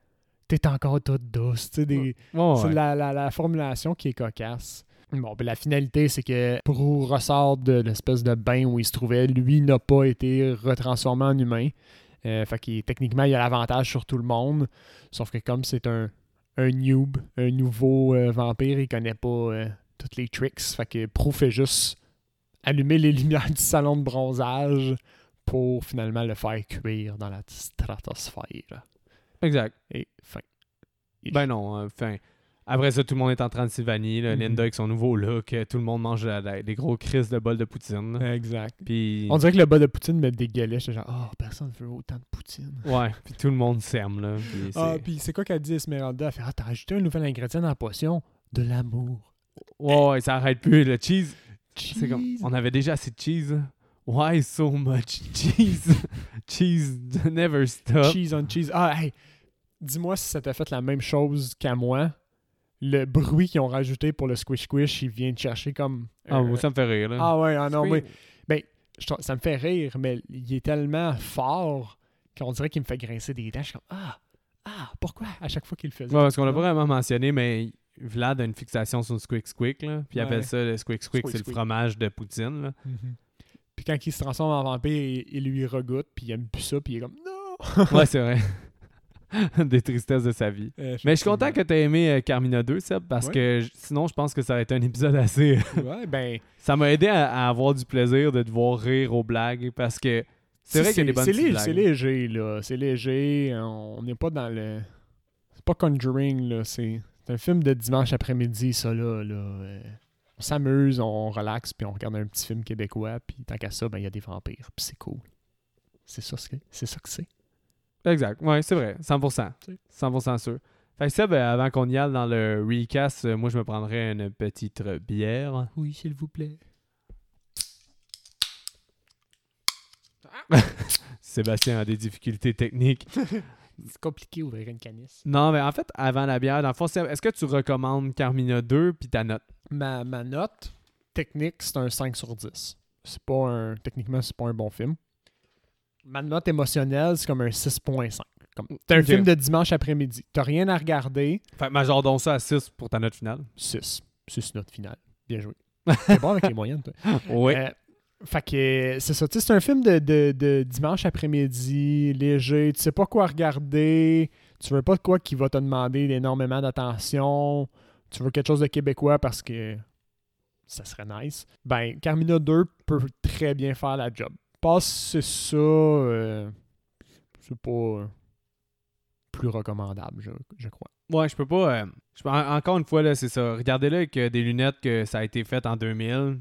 Speaker 3: t'es encore toute douce.
Speaker 2: tu sais, des,
Speaker 1: Ouais,
Speaker 2: C'est
Speaker 1: ouais.
Speaker 2: la, la- la formulation qui est cocasse. Bon, ben, la finalité, c'est que Prou ressort de l'espèce de bain où il se trouvait. Lui n'a pas été retransformé en humain. Euh, fait qu'il, techniquement, il a l'avantage sur tout le monde. Sauf que comme c'est un, un noob, un nouveau euh, vampire, il connaît pas euh, toutes les tricks. Fait que Prou fait juste allumer les lumières du salon de bronzage pour finalement le faire cuire dans la stratosphère.
Speaker 1: Exact.
Speaker 2: Et fin.
Speaker 1: Ben non, enfin. Après ça, tout le monde est en Transylvanie. Là,
Speaker 2: Mhm.
Speaker 1: Linda avec son nouveau look. euh, Tout le monde mange la- la- des gros crises de bol de poutine. là.
Speaker 2: Exact.
Speaker 1: Puis,
Speaker 2: On dirait que le bas de Poutine me dégueulait. J'étais genre, oh, personne veut autant de Poutine.
Speaker 1: ouais, puis tout le monde s'aime. Là, puis c'est-
Speaker 2: Ah, puis c'est quoi qu'elle dit, Esmeralda? Elle fait, ah, t'as rajouté un nouvel ingrédient dans la potion? De l'amour.
Speaker 1: ouais, ouais, ça arrête plus. Le cheese, c'est
Speaker 2: C'est
Speaker 1: comme, on avait déjà assez de cheese. Why so much cheese? cheese never stop.
Speaker 2: Cheese on cheese. Ah, hey, dis-moi si ça t'a fait la même chose qu'à moi. Le bruit qu'ils ont rajouté pour le squish squish, il vient te chercher comme.
Speaker 1: Ah,
Speaker 2: euh,
Speaker 1: moi, ça me fait rire. Là.
Speaker 2: ah ouais, ah non,
Speaker 1: Squeeze.
Speaker 2: oui. Je trou- ça me fait rire, mais il est tellement fort qu'on dirait qu'il me fait grincer des dents. Je suis comme, ah, ah, pourquoi? À chaque fois qu'il le faisait.
Speaker 1: Ouais, parce qu'on l'a
Speaker 2: Non.
Speaker 1: pas vraiment mentionné, mais Vlad a une fixation sur le squick squick, là. Puis il
Speaker 2: Ouais.
Speaker 1: appelle ça le squick squick,
Speaker 2: Squick
Speaker 1: c'est le
Speaker 2: squick.
Speaker 1: fromage de Poutine, là.
Speaker 2: Puis quand il se transforme en vampire, il, il lui regoute, puis il aime plus ça, puis il est comme non.
Speaker 1: Ouais, c'est vrai. Des tristesses de sa vie.
Speaker 2: Euh,
Speaker 1: Mais je suis content que tu aies aimé euh, Carmina 2, Seb, parce
Speaker 2: Ouais.
Speaker 1: que j- sinon, je pense que ça aurait été un épisode assez.
Speaker 2: ouais, ben,
Speaker 1: ça m'a aidé à, à avoir du plaisir de te voir rire aux blagues, parce que c'est vrai qu'il y a des bonnes
Speaker 2: c'est
Speaker 1: petites
Speaker 2: lé-
Speaker 1: blagues.
Speaker 2: C'est léger, là. C'est léger. On n'est pas dans le. C'est pas Conjuring, là. C'est c'est un film de dimanche après-midi, ça, là. là. Euh, On s'amuse, on relaxe, puis on regarde un petit film québécois, puis tant qu'à ça, ben, il y a des vampires, puis c'est cool. C'est ça, ce que- c'est ça que c'est.
Speaker 1: Exact, ouais, c'est vrai, 100%.
Speaker 2: Tu sais.
Speaker 1: 100% sûr. Fait que Seb, euh, avant qu'on y aille dans le recast, euh, moi, je me prendrais une petite euh, bière.
Speaker 3: Oui, s'il vous plaît.
Speaker 1: Sébastien a des difficultés techniques.
Speaker 2: C'est compliqué ouvrir une canisse.
Speaker 1: Non, mais en fait, avant la bière, dans le fond, Seb, est-ce que tu recommandes Carmina 2 puis ta note?
Speaker 2: Ma, ma note technique, c'est un 5 sur 10. C'est pas un. Techniquement, c'est pas un bon film. Ma note émotionnelle, c'est comme un 6.5. Comme- C'est un
Speaker 1: Ok.
Speaker 2: film de dimanche après-midi. T'as rien à regarder.
Speaker 1: Fait que majordons ça à 6 pour ta note finale.
Speaker 2: 6. 6 notes finale. Bien joué. T'es bon avec les moyennes, toi.
Speaker 1: Oui.
Speaker 2: Euh, Fait que euh, c'est ça, tu sais, c'est un film de, de- de dimanche après-midi, léger, tu sais pas quoi regarder, tu veux pas de quoi qui va te demander énormément d'attention, tu veux quelque chose de québécois parce que ça serait nice. Ben, Carmina 2 peut très bien faire la job. Passe c'est ça, euh, c'est pas euh, plus recommandable, je, je crois.
Speaker 1: Ouais, je peux pas. euh, je peux- en- encore une fois, là, c'est ça. Regardez-le avec euh, des lunettes que ça a été fait en 2000.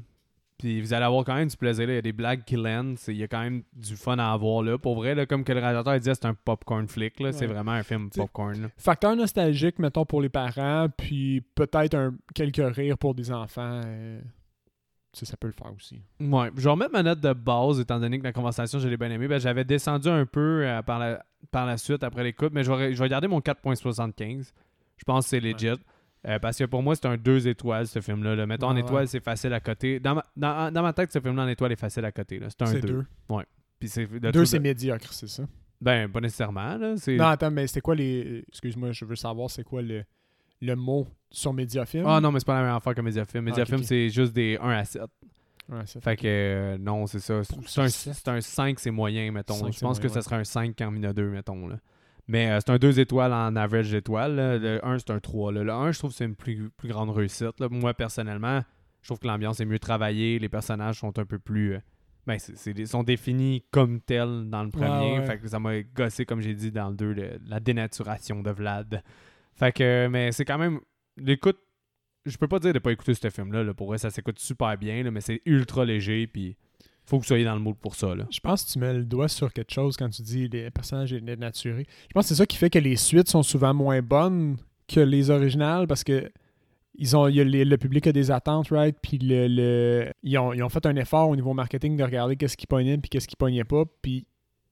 Speaker 1: Puis vous allez avoir quand même du plaisir. là. Il y a des blagues qui landent. C'est- Il y a quand même du fun à avoir. là. Pour vrai, là, comme que le réalisateur il disait, c'est un popcorn flick. là. C'est
Speaker 2: Ouais.
Speaker 1: vraiment un film
Speaker 2: Tu-
Speaker 1: popcorn. là.
Speaker 2: Facteur nostalgique, mettons, pour les parents, puis peut-être un, quelques rires pour des enfants. euh, tu sais, ça peut le faire aussi.
Speaker 1: Ouais, je vais remettre ma note de base, étant donné que la conversation, je l'ai bien aimée. Ben, J'avais descendu un peu euh, par, la, par la suite après l'écoute, mais je vais, re- je vais garder mon 4.75. Je pense que c'est legit. Euh, parce que pour moi, c'est un 2 étoiles, ce film-là. là. Mettons, en
Speaker 2: Ouais, ouais.
Speaker 1: étoile, c'est facile à côté. Dans ma, dans, dans ma tête, ce film-là, en étoile, est facile à côté. là. C'est un
Speaker 2: C'est
Speaker 1: 2.
Speaker 2: deux.
Speaker 1: Puis c'est le
Speaker 2: deux,
Speaker 1: truc
Speaker 2: c'est
Speaker 1: de-
Speaker 2: médiocre, c'est ça.
Speaker 1: Ben, pas nécessairement. là. C'est-
Speaker 2: Non, attends, mais c'était quoi les. Excuse-moi, je veux savoir c'est quoi le, le mot sur Mediafilm.
Speaker 1: Ah non, mais c'est pas la même affaire que Mediafilm.
Speaker 2: Ah, ok,
Speaker 1: Mediafilm,
Speaker 2: ok.
Speaker 1: c'est juste des 1 à 7.
Speaker 2: Ouais, ça
Speaker 1: Fait que euh, non, c'est ça. C'est-
Speaker 2: Pour
Speaker 1: C'est un,
Speaker 2: sept.
Speaker 1: c'est un 5, c'est moyen, mettons.
Speaker 2: Cinq,
Speaker 1: je
Speaker 2: c'est
Speaker 1: pense que
Speaker 2: moyen,
Speaker 1: ça
Speaker 2: ouais.
Speaker 1: serait un 5 quand il y en a 2, mettons. Là. Mais euh, c'est un 2 étoiles en average d'étoiles. là. Le 1, c'est un 3. là. Le 1, je trouve que c'est une plus, plus grande réussite. là. Moi, personnellement, je trouve que l'ambiance est mieux travaillée. Les personnages sont un peu plus. euh, ben, c'est- c'est des- sont définis comme tels dans le premier.
Speaker 2: ouais.
Speaker 1: Fait que ça m'a gossé, comme j'ai dit dans le 2, le- la dénaturation de Vlad. Fait que, euh, mais c'est quand même. L'écoute je peux pas dire de pas écouter ce film-là. là. Pour vrai, ça s'écoute super bien, là, mais c'est ultra léger, puis faut que vous soyez dans le mood pour ça. Là.
Speaker 2: Je pense que tu mets le doigt sur quelque chose quand tu dis les personnages dénaturés. Je pense que c'est ça qui fait que les suites sont souvent moins bonnes que les originales parce que ils ont, il y a les- le public a des attentes, right? Puis le, le- ils, ont, ils ont fait un effort au niveau marketing de regarder qu'est-ce qui pognait puis qu'est-ce qui pognait pas. Puis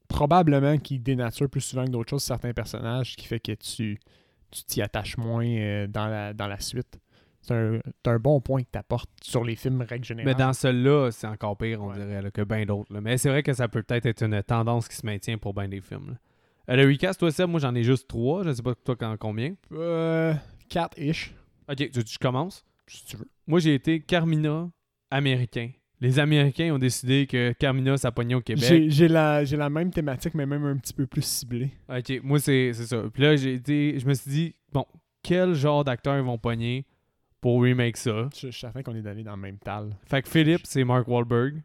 Speaker 2: probablement qu'ils dénaturent plus souvent que d'autres choses certains personnages, ce qui fait que tu tu t'y attaches moins euh, dans, la, dans la suite. C'est un, c'est un bon point que tu apportes sur les films règle générale.
Speaker 1: Mais dans celui-là, c'est encore pire, on
Speaker 2: Ouais.
Speaker 1: dirait, là, que bien d'autres. là. Mais c'est vrai que ça peut peut-être être une tendance qui se maintient pour bien des films. là. Euh, le recast, toi, Seb, moi j'en ai juste trois. Je sais pas toi quand combien.
Speaker 2: Euh, 4-ish,
Speaker 1: Ok, tu veux que je commence?
Speaker 2: si tu veux.
Speaker 1: Moi j'ai été Carmina, américain. Les Américains ont décidé que Carmina, ça pognait au Québec.
Speaker 2: J'ai- J'ai la, j'ai la même thématique, mais même un petit peu plus ciblée.
Speaker 1: Ah, Ok, moi c'est c'est ça. Puis là, j'ai été, je me suis dit, bon, quel genre d'acteurs ils vont pogner pour remake ça?
Speaker 2: Je, je suis certain qu'on est allé dans le même tal.
Speaker 1: Fait que Philippe, c'est Mark Wahlberg.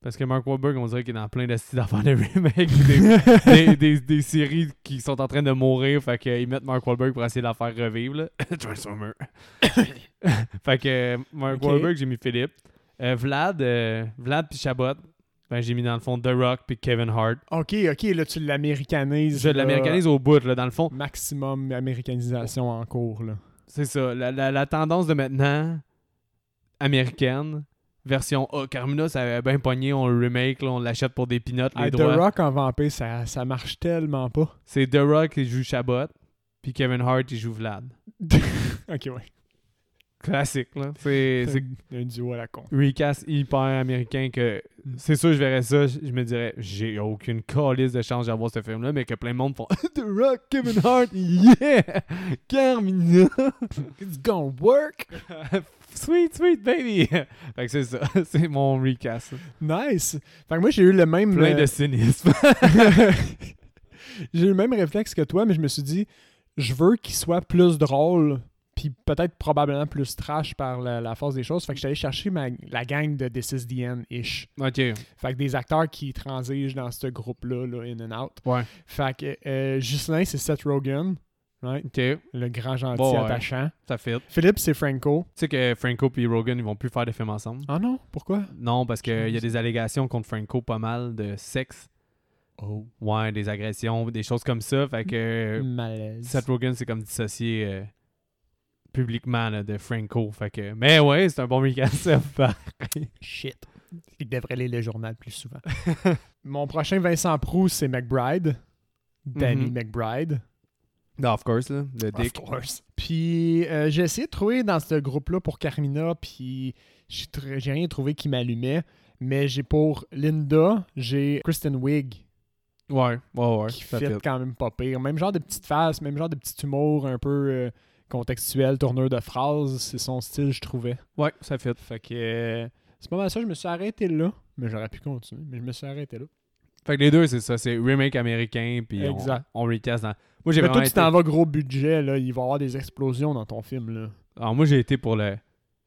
Speaker 1: Parce que Mark Wahlberg, on dirait qu'il est dans plein d'assises d'affaires de remake, des, des, des- des séries qui sont en train de mourir. Fait qu'ils mettent Mark Wahlberg pour essayer de la faire revivre. là. Transformer. fait que euh, Mark
Speaker 2: Ok.
Speaker 1: Wahlberg, j'ai mis Philippe. Euh, Vlad, euh, Vlad puis Chabot. Ben, j'ai mis dans le fond The Rock puis Kevin Hart.
Speaker 2: Ok, ok, là, tu l'américanises.
Speaker 1: Je
Speaker 2: là.
Speaker 1: l'américanise au bout, là, dans le fond.
Speaker 2: Maximum américanisation en cours, là.
Speaker 1: C'est ça. La, la- la tendance de maintenant, américaine, version A. Carmina, ça avait bien pogné, on le remake, là, on l'achète pour des peanuts, les
Speaker 2: Hey, The
Speaker 1: droits.
Speaker 2: Rock en vampire, ça, ça marche tellement pas.
Speaker 1: C'est The Rock qui joue Chabot, puis Kevin Hart, il joue Vlad.
Speaker 2: ok, ouais.
Speaker 1: Classique, là. C'est c'est
Speaker 2: un, un duo à la con.
Speaker 1: recast hyper américain que c'est sûr, je verrais ça, je je me dirais, j'ai aucune calice de chance d'avoir ce film-là, mais que plein de monde font The Rock, Kevin Hart, yeah! Carmina!
Speaker 2: It's gonna work!
Speaker 1: sweet, sweet baby! fait que c'est ça, c'est mon recast.
Speaker 2: Nice! Fait que moi, j'ai eu le même.
Speaker 1: Plein
Speaker 2: euh,
Speaker 1: de cynisme.
Speaker 2: J'ai eu le même réflexe que toi, mais je me suis dit, je veux qu'il soit plus drôle, puis peut-être probablement plus trash par la, la force des choses. Fait que je suis allé chercher ma- la gang de This is the End-ish.
Speaker 1: ok.
Speaker 2: Fait que des acteurs qui transigent dans ce groupe-là, là, in and out.
Speaker 1: Ouais.
Speaker 2: Fait que euh, Ghislain, c'est Seth Rogen, right?
Speaker 1: Ok.
Speaker 2: le grand gentil
Speaker 1: Bon, ouais.
Speaker 2: attachant.
Speaker 1: Ça fit. Tu
Speaker 2: Philippe, c'est Franco.
Speaker 1: sais que Franco et Rogan, ils vont plus faire de films ensemble.
Speaker 2: Ah non, pourquoi?
Speaker 1: Non, parce qu'il y a des allégations contre Franco pas mal de sexe.
Speaker 2: Oh.
Speaker 1: Ouais, des agressions, des choses comme ça. Fait que euh,
Speaker 2: Malaise.
Speaker 1: Seth Rogen, c'est comme dissocié euh, publiquement là, de Franco. Fait que. Mais ouais, c'est un bon recast. ça.
Speaker 2: Shit. Il devrait lire le journal plus souvent. Mon prochain Vincent Proux, c'est McBride. Danny
Speaker 1: Mhm.
Speaker 2: McBride.
Speaker 1: Non, of course, là, le dick.
Speaker 2: Of course. Puis euh, j'ai essayé de trouver dans ce groupe-là pour Carmina, puis j'ai tr- j'ai rien trouvé qui m'allumait. Mais j'ai pour Linda, j'ai Kristen Wiig
Speaker 1: Ouais, ouais, ouais.
Speaker 2: qui
Speaker 1: ça
Speaker 2: fait
Speaker 1: fit.
Speaker 2: quand même pas pire. Même genre de petite face, même genre de petit humour un peu euh, contextuel, tourneur de phrases, c'est son style, je trouvais.
Speaker 1: Ouais, ça fit.
Speaker 2: Fait que euh, C'est pas mal ça, je me suis arrêté là. Mais j'aurais pu continuer, mais je me suis arrêté là.
Speaker 1: Fait que les deux, c'est ça. C'est remake américain, puis on,
Speaker 2: Exact.
Speaker 1: on recast dans... Moi, j'ai
Speaker 2: Mais
Speaker 1: vraiment
Speaker 2: toi, tu
Speaker 1: été...
Speaker 2: t'en vas gros budget, là. Il va y avoir des explosions dans ton film, là.
Speaker 1: Alors, moi, j'ai été pour le...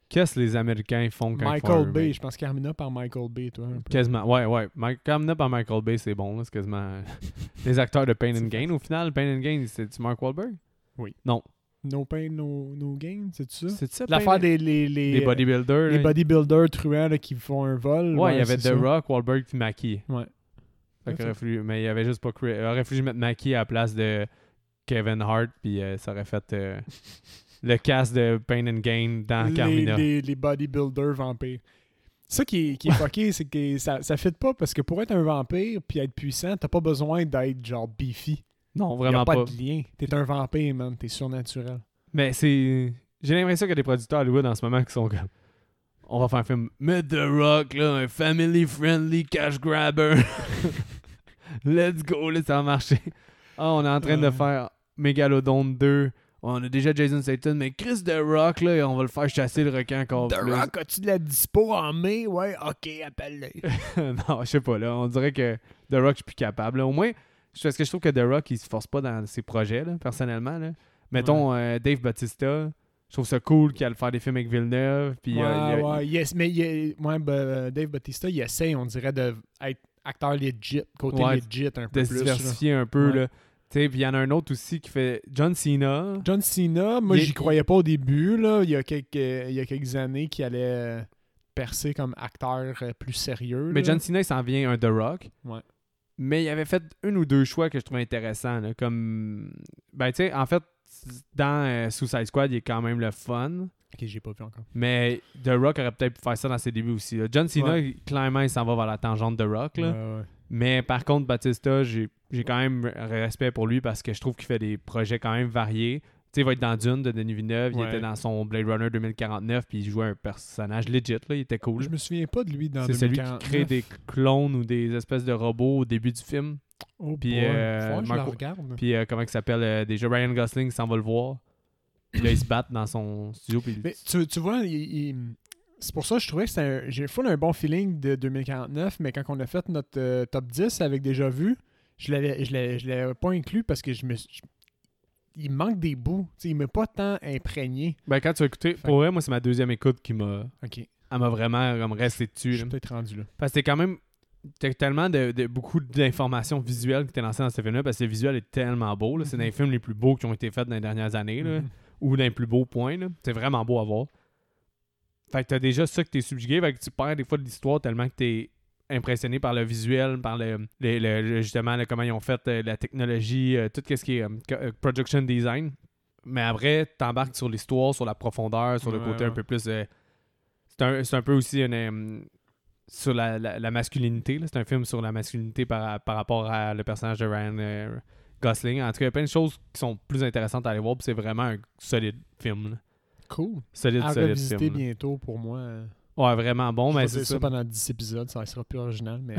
Speaker 1: Qu'est-ce que les Américains font quand ils font un
Speaker 2: Michael Bay,
Speaker 1: remake?
Speaker 2: je pense Carmina par Michael Bay, toi. un peu.
Speaker 1: Quasiment, ouais, ouais. Mike, comme là, par Michael Bay, c'est bon, là, c'est quasiment euh, les acteurs de Pain and Gain. Au final, Pain and Gain, c'est-tu Mark Wahlberg?
Speaker 2: No pain, no, no gain, c'est ça?
Speaker 1: C'est ça, Pain
Speaker 2: L'affaire
Speaker 1: and-
Speaker 2: des les, les,
Speaker 1: des bodybuilders.
Speaker 2: les
Speaker 1: là.
Speaker 2: bodybuilders truands là, qui font un vol.
Speaker 1: Ouais, il y avait The
Speaker 2: c'est ça.
Speaker 1: Rock, Wahlberg, puis Mackie.
Speaker 2: Ouais.
Speaker 1: Fait qu'il
Speaker 2: Ouais,
Speaker 1: aurait fallu- mais il y avait juste pas. Chris- Il aurait fallu mettre Mackie à la place de Kevin Hart, puis euh, ça aurait fait euh, le cast de Pain and Gain dans
Speaker 2: les,
Speaker 1: Carmina.
Speaker 2: les, les bodybuilders vampires. Ça qui est, qui est fucké, c'est que ça, ça fit pas parce que pour être un vampire puis être puissant, t'as pas besoin d'être genre beefy.
Speaker 1: Non,
Speaker 2: Y a
Speaker 1: vraiment
Speaker 2: pas,
Speaker 1: pas.
Speaker 2: de lien. T'es un vampire, man. T'es surnaturel.
Speaker 1: Mais c'est. J'ai l'impression qu'il y a des producteurs à Hollywood en ce moment qui sont comme. On va faire un film. Mettre The Rock, là, un family-friendly cash grabber. Let's go, là, ça va marcher. Ah, on est en train de
Speaker 2: Ouais.
Speaker 1: faire Megalodon 2. On a déjà Jason Statham, mais Chris The Rock, là, on va le faire chasser le requin encore plus.
Speaker 2: as-tu de la dispo en mai? Ouais, ok, appelle-le.
Speaker 1: non, je sais pas, là. On dirait que The Rock, je suis plus capable. là. Au moins, je- parce que je trouve que The Rock, il se force pas dans ses projets, là, personnellement. là. Mettons euh, Dave Bautista. Je trouve ça cool qu'il aille faire des films avec Villeneuve. Puis,
Speaker 2: ouais,
Speaker 1: euh, il a-
Speaker 2: ouais. Yes, mais il est- ouais, ben, euh, Dave Bautista, il essaie, on dirait, d'être acteur legit, côté
Speaker 1: Ouais,
Speaker 2: legit un peu
Speaker 1: de se
Speaker 2: plus. là.
Speaker 1: diversifier un peu.
Speaker 2: Ouais.
Speaker 1: là. Tu sais, puis il y en a un autre aussi qui fait John Cena.
Speaker 2: John Cena, moi,
Speaker 1: Il est-
Speaker 2: j'y croyais pas au début, là. Il y a quelques, il y a quelques années qu'il allait euh, percer comme acteur euh, plus sérieux.
Speaker 1: Mais
Speaker 2: là.
Speaker 1: John Cena, il s'en vient un The Rock.
Speaker 2: Ouais.
Speaker 1: Mais il avait fait une ou deux choix que je trouvais intéressants. là, comme. Ben, tu sais, en fait, dans euh, Suicide Squad, il est quand même le fun.
Speaker 2: Ok, j'ai pas vu encore.
Speaker 1: Mais The Rock aurait peut-être pu faire ça dans ses débuts aussi. là. John Cena,
Speaker 2: Ouais.
Speaker 1: il- clairement, il s'en va vers la tangente de Rock. là.
Speaker 2: Ouais, ouais.
Speaker 1: Mais par contre, Batista, j'ai j'ai quand même respect pour lui parce que je trouve qu'il fait des projets quand même variés. Tu sais, il va être dans Dune de Denis Villeneuve, il
Speaker 2: Ouais.
Speaker 1: était dans son Blade Runner 2049, puis il jouait un personnage legit, là, il était cool.
Speaker 2: Je me souviens pas de lui dans
Speaker 1: C'est celui qui
Speaker 2: 2049.
Speaker 1: crée des clones ou des espèces de robots au début du film.
Speaker 2: Oh
Speaker 1: puis,
Speaker 2: boy.
Speaker 1: euh,
Speaker 2: Faut que je
Speaker 1: Marco-
Speaker 2: le regarde.
Speaker 1: Puis euh, comment il s'appelle euh, déjà Ryan Gosling s'en va le voir. Puis là, ils se battent dans son studio. Puis
Speaker 2: Mais tu, tu vois, il- il- c'est pour ça que je trouvais que c'est un- j'ai full un bon feeling de 2049, mais quand on a fait notre euh, top 10 avec Déjà Vu, je l'avais je l'avais- je l'avais pas inclus parce que je me suis- je- il manque des bouts. Tu sais, il m'a pas tant imprégné.
Speaker 1: Ben, quand tu as écouté,
Speaker 2: Fait-
Speaker 1: pour vrai, moi, c'est ma deuxième écoute qui m'a
Speaker 2: Ok,
Speaker 1: elle m'a vraiment comme, resté
Speaker 2: je
Speaker 1: dessus. là.
Speaker 2: suis peut-être rendu là.
Speaker 1: Parce que t'es quand même. T'as tellement de, de- beaucoup d'informations visuelles qui étaient lancées dans ce film-là, parce que le visuel est tellement beau. là. C'est
Speaker 2: Mhm.
Speaker 1: un des films les plus beaux qui ont été faits dans les dernières années, là,
Speaker 2: Mhm.
Speaker 1: ou d'un plus beau point. C'est vraiment beau à voir. Fait que t'as déjà ça que t'es subjugué, fait que tu perds des fois de l'histoire tellement que t'es impressionné par le visuel, par le, le- le- le- justement le- comment ils ont fait euh, la technologie, euh, tout ce qui est euh, co- euh, production design. Mais après, t'embarques sur l'histoire, sur la profondeur, sur le
Speaker 2: Ouais,
Speaker 1: côté un
Speaker 2: ouais.
Speaker 1: peu plus. euh, c'est un, c'est un peu aussi une, euh, sur la, la- la masculinité. là. C'est un film sur la masculinité par, par rapport à le personnage de Ryan euh, Gosling. En tout cas, il y a plein de choses qui sont plus intéressantes à aller voir. puis C'est vraiment un solide film. là.
Speaker 2: Cool.
Speaker 1: Solide,
Speaker 2: À
Speaker 1: solide
Speaker 2: revisiter
Speaker 1: film. là.
Speaker 2: bientôt pour moi. euh,
Speaker 1: Ouais, vraiment bon.
Speaker 2: je
Speaker 1: mais
Speaker 2: vais
Speaker 1: c'est
Speaker 2: dire ça,
Speaker 1: ça.
Speaker 2: pendant 10 épisodes, ça sera plus original, mais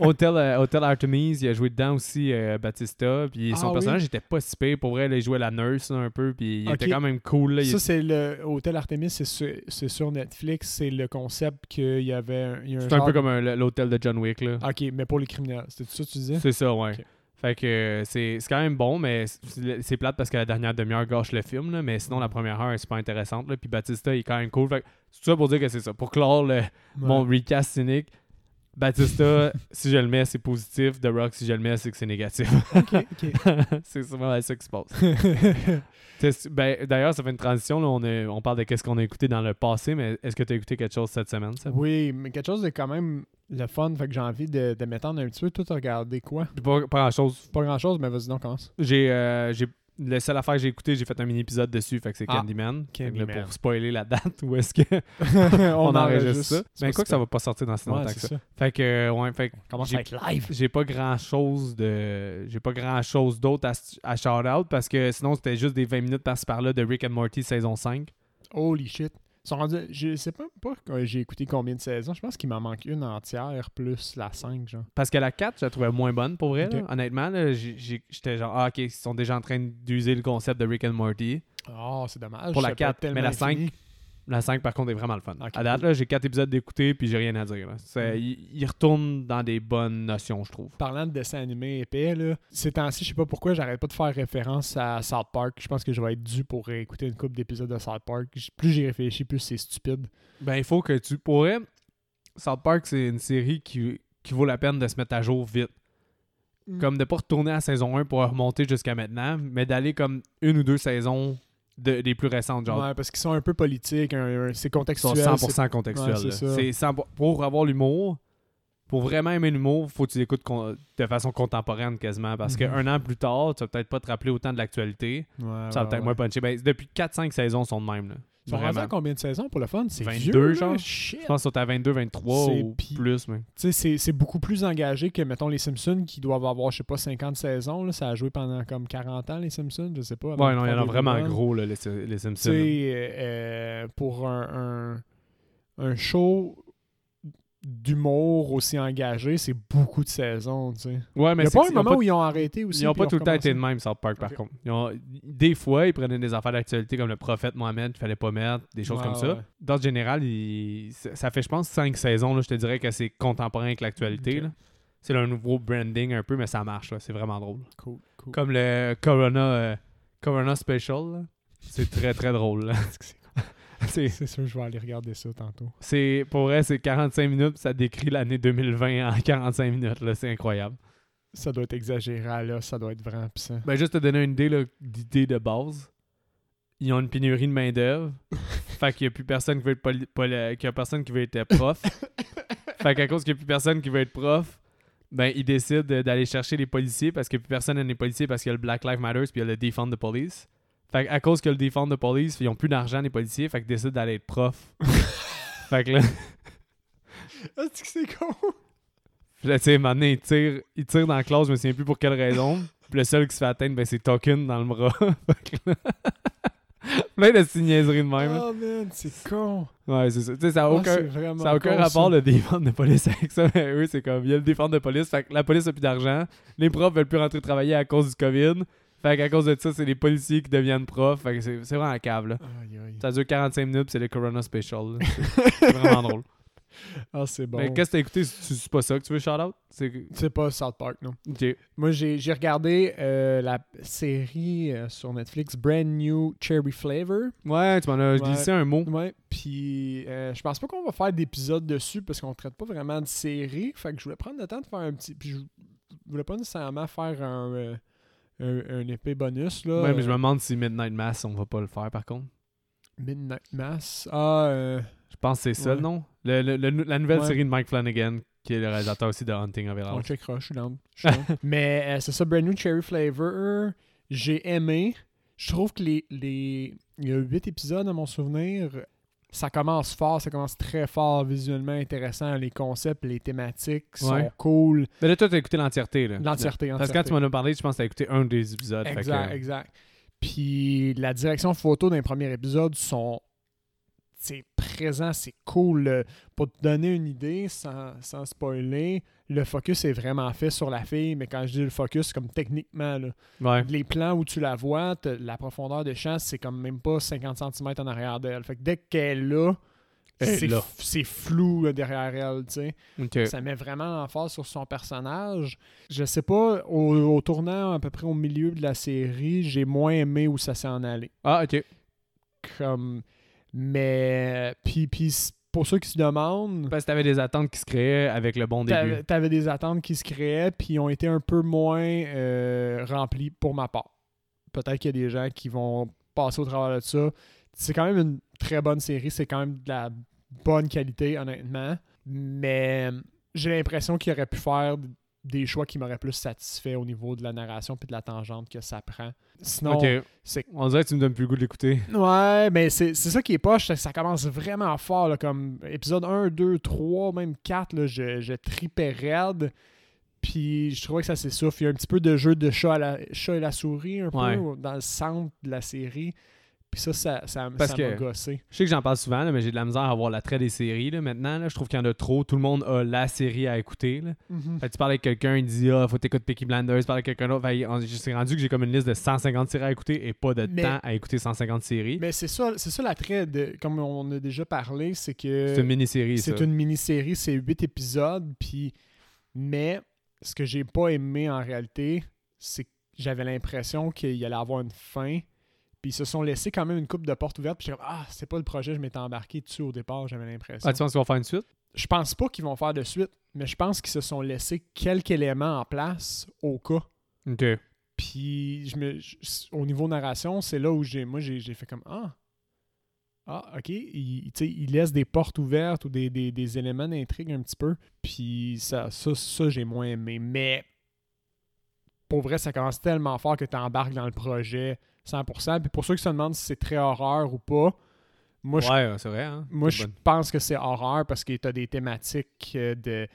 Speaker 1: Hotel, euh, Hotel Artemis, il a joué dedans aussi, euh, Batista. Puis son
Speaker 2: Ah oui?
Speaker 1: personnage était pas si pire. Pour vrai, là, il jouait la nurse là, un peu. Puis il
Speaker 2: Ok.
Speaker 1: était quand même cool. là. Il
Speaker 2: ça c'est le Hôtel Artemis, c'est sur, c'est sur Netflix, c'est le concept qu'il y avait un, il y a un
Speaker 1: C'est un
Speaker 2: genre
Speaker 1: peu comme un- l'hôtel de John Wick. Là.
Speaker 2: Ok, mais pour les criminels, c'était ça que tu disais?
Speaker 1: C'est ça, ouais.
Speaker 2: Ok.
Speaker 1: Fait que euh, c'est c'est quand même bon, mais c'est c'est plate parce que la dernière demi-heure gâche le film, là, mais sinon la première heure est super intéressante. Là, puis Batista il est quand même cool. Fait que c'est tout ça pour dire que c'est ça. Pour clore le- mon recast cynique, Batista, si je le mets, c'est positif. The Rock, si je le mets, c'est que c'est négatif. c'est souvent ça qui se passe. T'es- ben, D'ailleurs, ça fait une transition. Là, on, a- on parle de qu'est-ce qu'on a écouté dans le passé, mais est-ce que tu as écouté quelque chose cette semaine? Ça?
Speaker 2: Oui, mais quelque chose de quand même le fun, fait que j'ai envie de, de m'étendre un petit peu. Toi, t'as regardé quoi?
Speaker 1: Pas, pas grand-chose.
Speaker 2: Pas grand-chose, mais vas-y donc, commence.
Speaker 1: J'ai, euh, j'ai la seule affaire que j'ai écoutée, j'ai fait un mini épisode dessus, fait que c'est
Speaker 2: Ah,
Speaker 1: Candyman. Fait que là,
Speaker 2: Candyman.
Speaker 1: pour spoiler la date où est-ce que
Speaker 2: on,
Speaker 1: on, enregistre ça.
Speaker 2: C'est
Speaker 1: Mais quoi
Speaker 2: pas super.
Speaker 1: que ça va pas sortir dans si
Speaker 2: Ouais,
Speaker 1: longtemps que
Speaker 2: c'est
Speaker 1: ça.
Speaker 2: ça.
Speaker 1: Fait que euh, ouais, fait que
Speaker 2: Commence
Speaker 1: J'ai-
Speaker 2: à être live.
Speaker 1: j'ai pas grand chose de j'ai pas grand chose d'autre à, à shout out parce que sinon c'était juste des 20 minutes par-ci par-là de Rick and Morty saison 5.
Speaker 2: Holy shit. Ils sont rendus- Je sais pas, pas que j'ai écouté combien de saisons. Je pense qu'il m'en manque une entière plus la 5, genre.
Speaker 1: Parce que la 4, je la trouvais moins bonne pour vrai. là.
Speaker 2: Ok.
Speaker 1: Honnêtement, là, j'ai- j'ai- j'étais genre, ah, ok, ils sont déjà en train d'user le concept de Rick and Morty.
Speaker 2: Oh, c'est dommage.
Speaker 1: Pour la
Speaker 2: ça peut être
Speaker 1: quatre, mais la
Speaker 2: tellement
Speaker 1: cinq,
Speaker 2: infini.
Speaker 1: La 5, par contre, est vraiment le fun.
Speaker 2: Ok. Mm.
Speaker 1: À date, là, j'ai 4 épisodes d'écouter, puis j'ai rien à dire. là. C'est- Il, il retourne dans des bonnes notions, je trouve.
Speaker 2: Parlant de dessins animés épais, là, ces temps-ci, je sais pas pourquoi, j'arrête pas de faire référence à South Park. Je pense que je vais être dû pour écouter une couple d'épisodes de South Park. J- Plus j'y réfléchis, plus c'est stupide.
Speaker 1: Ben, il faut que tu pourrais. South Park, c'est une série qui, qui vaut la peine de se mettre à jour vite.
Speaker 2: Mm.
Speaker 1: Comme de pas retourner à saison 1 pour remonter jusqu'à maintenant, mais d'aller comme une ou deux saisons de- des plus récentes, genre.
Speaker 2: Ouais, parce qu'ils sont un peu politiques, un- un- c'est
Speaker 1: qui sont
Speaker 2: contextuel. c'est-
Speaker 1: 100% contextuels.
Speaker 2: Ouais, c'est
Speaker 1: là.
Speaker 2: ça.
Speaker 1: c'est 100 pour avoir l'humour, pour vraiment aimer l'humour, faut que tu l'écoutes con- de façon contemporaine quasiment. Parce
Speaker 2: Mhm.
Speaker 1: qu'un an plus tard, tu vas peut-être pas te rappeler autant de l'actualité.
Speaker 2: Ouais,
Speaker 1: ça va
Speaker 2: Ah, ouais,
Speaker 1: peut-être
Speaker 2: ouais.
Speaker 1: moins puncher. Ben, depuis 4-5 saisons, ils sont de même. Là.
Speaker 2: Ils sont
Speaker 1: Vraiment.
Speaker 2: rendus à combien de saisons pour le fun? C'est
Speaker 1: 22,
Speaker 2: vieux, là.
Speaker 1: genre.
Speaker 2: Shit.
Speaker 1: Je pense qu'ils sont à 22, 23
Speaker 2: C'est
Speaker 1: ou
Speaker 2: pi-
Speaker 1: plus. Mais...
Speaker 2: Tu sais, c'est- c'est beaucoup plus engagé que, mettons, les Simpsons qui doivent avoir, je sais pas, 50 saisons. là. Ça a joué pendant comme 40 ans, les Simpsons, je sais pas. avant
Speaker 1: Ouais,
Speaker 2: de
Speaker 1: non, il y
Speaker 2: faire
Speaker 1: en a
Speaker 2: des
Speaker 1: vraiment
Speaker 2: reruns.
Speaker 1: gros, là, les, les
Speaker 2: Tu sais,
Speaker 1: Simpsons.
Speaker 2: euh, euh, pour un, un, un show d'humour aussi engagé, c'est beaucoup de saisons, tu sais.
Speaker 1: Ouais, mais
Speaker 2: Il n'y a
Speaker 1: c'est
Speaker 2: pas
Speaker 1: que-
Speaker 2: un
Speaker 1: ils ont
Speaker 2: moment où ils ont arrêté aussi.
Speaker 1: Ils n'ont
Speaker 2: puis
Speaker 1: pas tout le temps été de
Speaker 2: recommencé?
Speaker 1: même, South Park, par
Speaker 2: Ok.
Speaker 1: contre. Ils ont- Des fois, ils prenaient des affaires d'actualité comme le prophète Mohamed qu'il fallait pas mettre, des choses
Speaker 2: Ouais,
Speaker 1: comme ça.
Speaker 2: ouais.
Speaker 1: Dans le général, il- ça ça fait, je pense, cinq saisons. là, je te dirais que c'est contemporain avec l'actualité.
Speaker 2: Ok.
Speaker 1: là. C'est un nouveau branding un peu, mais ça marche. là. C'est vraiment drôle.
Speaker 2: Cool, cool.
Speaker 1: Comme le Corona, euh, Corona Special. là. C'est très, très drôle. là.
Speaker 2: Est-ce que c'est cool?
Speaker 1: C'est-
Speaker 2: C'est sûr, je vais aller regarder ça tantôt.
Speaker 1: C'est Pour vrai, c'est 45 minutes. puis Ça décrit l'année 2020 en 45 minutes. là. C'est incroyable.
Speaker 2: Ça doit être exagéré, là. Ça doit être vraiment puissant.
Speaker 1: Ben, juste te donner une idée là, d'idée de base. Ils ont une pénurie de main-d'œuvre. fait qu'il n'y a plus personne qui veut être, poli- poli- qu'il y a personne qui veut être euh, prof. fait qu'à cause qu'il n'y a plus personne qui veut être prof, ben, ils décident euh, d'aller chercher les policiers parce qu'il n'y a plus personne dans les policiers parce qu'il y a le Black Lives Matter puis il y a le Defund the Police. Fait qu'à cause que le Defund the Police, ils n'ont plus d'argent les policiers, fait qu'ils décident d'aller être prof. fait que là,
Speaker 2: Est-ce que Ah, c'est con?
Speaker 1: puis là, tu sais, maintenant, ils tirent, ils tirent dans la classe, je me souviens plus pour quelle raison. Puis le seul qui se fait atteindre, ben, c'est Token dans le bras. Fait que là- Plein de petites niaiseries de même. là.
Speaker 2: Oh, man, c'est con.
Speaker 1: Ouais, c'est ça. Tu sais, ça n'a
Speaker 2: Ah, c'est
Speaker 1: aucun,
Speaker 2: vraiment
Speaker 1: ça a aucun
Speaker 2: con,
Speaker 1: rapport
Speaker 2: ça.
Speaker 1: le défendre de police avec ça. Mais eux, c'est comme, il y a le défendre de police. Fait que la police n'a plus d'argent. Les profs veulent plus rentrer travailler à cause du COVID. Fait qu'à cause de ça, c'est les policiers qui deviennent profs. Fait que c'est c'est vraiment un câble. là.
Speaker 2: Aïe, aïe.
Speaker 1: Ça dure 45 minutes, puis c'est le Corona Special. là. C'est- C'est vraiment drôle.
Speaker 2: Ah, c'est bon.
Speaker 1: Mais qu'est-ce que t'as écouté? C'est c'est pas ça que tu veux, shout-out? C'est-
Speaker 2: C'est pas South Park, non.
Speaker 1: Ok.
Speaker 2: Moi, j'ai j'ai regardé euh, la série euh, sur Netflix, Brand New Cherry Flavor.
Speaker 1: Ouais, tu m'en as
Speaker 2: Ouais.
Speaker 1: glissé un mot.
Speaker 2: Ouais. Puis, euh, je pense pas qu'on va faire d'épisode dessus parce qu'on traite pas vraiment de série. Fait que je voulais prendre le temps de faire un petit. Puis, je voulais pas nécessairement faire un, euh, un, un épée bonus, là.
Speaker 1: Ouais, mais je me demande si Midnight Mass, on va pas le faire par contre.
Speaker 2: Midnight Mass. Ah, euh,
Speaker 1: Je pense que c'est ça,
Speaker 2: Ouais.
Speaker 1: non? Le, le- le- la nouvelle
Speaker 2: Ouais.
Speaker 1: série de Mike Flanagan, qui est le réalisateur aussi de Hunting of Hill
Speaker 2: on
Speaker 1: House.
Speaker 2: checkera, je suis down. Je suis down. mais euh, c'est ça, Brand New Cherry Flavor. J'ai aimé. Je trouve que les, les. Il y a huit épisodes à mon souvenir. Ça commence fort, ça commence très fort, visuellement intéressant. Les concepts, les thématiques sont
Speaker 1: Ouais.
Speaker 2: cool.
Speaker 1: Mais là, toi, t'as écouté l'entièreté. là.
Speaker 2: L'entièreté,
Speaker 1: Parce que quand
Speaker 2: l'entièreté.
Speaker 1: tu m'en as parlé, je pense que t'as écouté un des épisodes. fait
Speaker 2: Exact,
Speaker 1: que- euh,
Speaker 2: exact. Puis la direction photo d'un premier épisode sont. C'est présent, c'est cool. Le- Pour te donner une idée, sans, sans spoiler, le focus est vraiment fait sur la fille, mais quand je dis le focus, c'est comme techniquement, là.
Speaker 1: Ouais.
Speaker 2: les plans où tu la vois, t'as- la profondeur de champ, c'est comme même pas 50 cm en arrière d'elle. Fait que dès qu'elle est là,
Speaker 1: Elle est
Speaker 2: c'est
Speaker 1: là.
Speaker 2: f- c'est flou là, derrière elle, tu sais.
Speaker 1: Ok.
Speaker 2: Ça met vraiment l'emphase sur son personnage. Je sais pas, au, au tournant, à peu près au milieu de la série, j'ai moins aimé où ça s'est en allé.
Speaker 1: Ah, ok.
Speaker 2: Comme. Mais. Puis, puis c- pour ceux qui se demandent,
Speaker 1: Parce que t'avais des attentes qui se créaient avec le bon début.
Speaker 2: t'avais t'avais des attentes qui se créaient, puis ont été un peu moins euh, remplies pour ma part. Peut-être qu'il y a des gens qui vont passer au travers de ça. C'est quand même une très bonne série, c'est quand même de la bonne qualité, honnêtement. Mais j'ai l'impression qu'il aurait pu faire des choix qui m'auraient plus satisfait au niveau de la narration puis de la tangente que ça prend. Sinon,
Speaker 1: Ok.
Speaker 2: c'est
Speaker 1: On dirait que tu me donnes plus le goût de l'écouter.
Speaker 2: Ouais, mais c'est c'est ça qui est poche, c'est que ça commence vraiment fort, là, comme épisode 1, 2, 3, même 4, là, je, je tripais raide. Puis je trouvais que ça s'essouffle. Il y a un petit peu de jeu de chat, à la, chat et la souris, un peu,
Speaker 1: Ouais.
Speaker 2: ou- dans le centre de la série. Puis ça, ça, ça,
Speaker 1: Parce
Speaker 2: ça
Speaker 1: que-
Speaker 2: m'a gossé.
Speaker 1: Je sais que j'en parle souvent, là, mais j'ai de la misère à avoir l'attrait des séries. là. Maintenant, là, je trouve qu'il y en a trop. Tout le monde a la série à écouter. là. Fait que tu parles avec quelqu'un, il dit Ah, faut t'écouter Peaky Blinders. Tu parles avec quelqu'un d'autre. Fait que, on- Je suis rendu que j'ai comme une liste de 150 séries à écouter et pas de
Speaker 2: Mais-
Speaker 1: temps à écouter 150 séries.
Speaker 2: Mais c'est ça, c'est ça l'attrait, de- comme on a déjà parlé, c'est que...
Speaker 1: C'est une mini-série, ça.
Speaker 2: C'est une mini-série, c'est huit épisodes, puis mais ce que j'ai pas aimé en réalité, c'est que j'avais l'impression qu'il allait avoir une fin, puis ils se sont laissés quand même une coupe de porte ouverte, puis j'étais comme ah, c'est pas le projet, je m'étais embarqué dessus au départ, j'avais l'impression.
Speaker 1: Ah, tu penses qu'on va faire une suite
Speaker 2: Je pense pas qu'ils vont faire de suite, mais je pense qu'ils se sont laissés quelques éléments en place au cas.
Speaker 1: Ok.
Speaker 2: Puis je me, je- au niveau narration, c'est là où j'ai moi j'ai j'ai fait comme ah ah ok il, tu sais, il laisse des portes ouvertes ou des, des- des éléments d'intrigue un petit peu. Puis ça ça, ça j'ai moins aimé. Mais pour vrai ça commence tellement fort que tu embarques dans le projet 100%. Puis pour ceux qui se demandent si c'est très horreur ou pas, moi je
Speaker 1: ouais, c'est vrai. Hein?
Speaker 2: moi,
Speaker 1: C'est
Speaker 2: je
Speaker 1: bonne.
Speaker 2: pense que c'est horreur parce que t'as des thématiques euh, de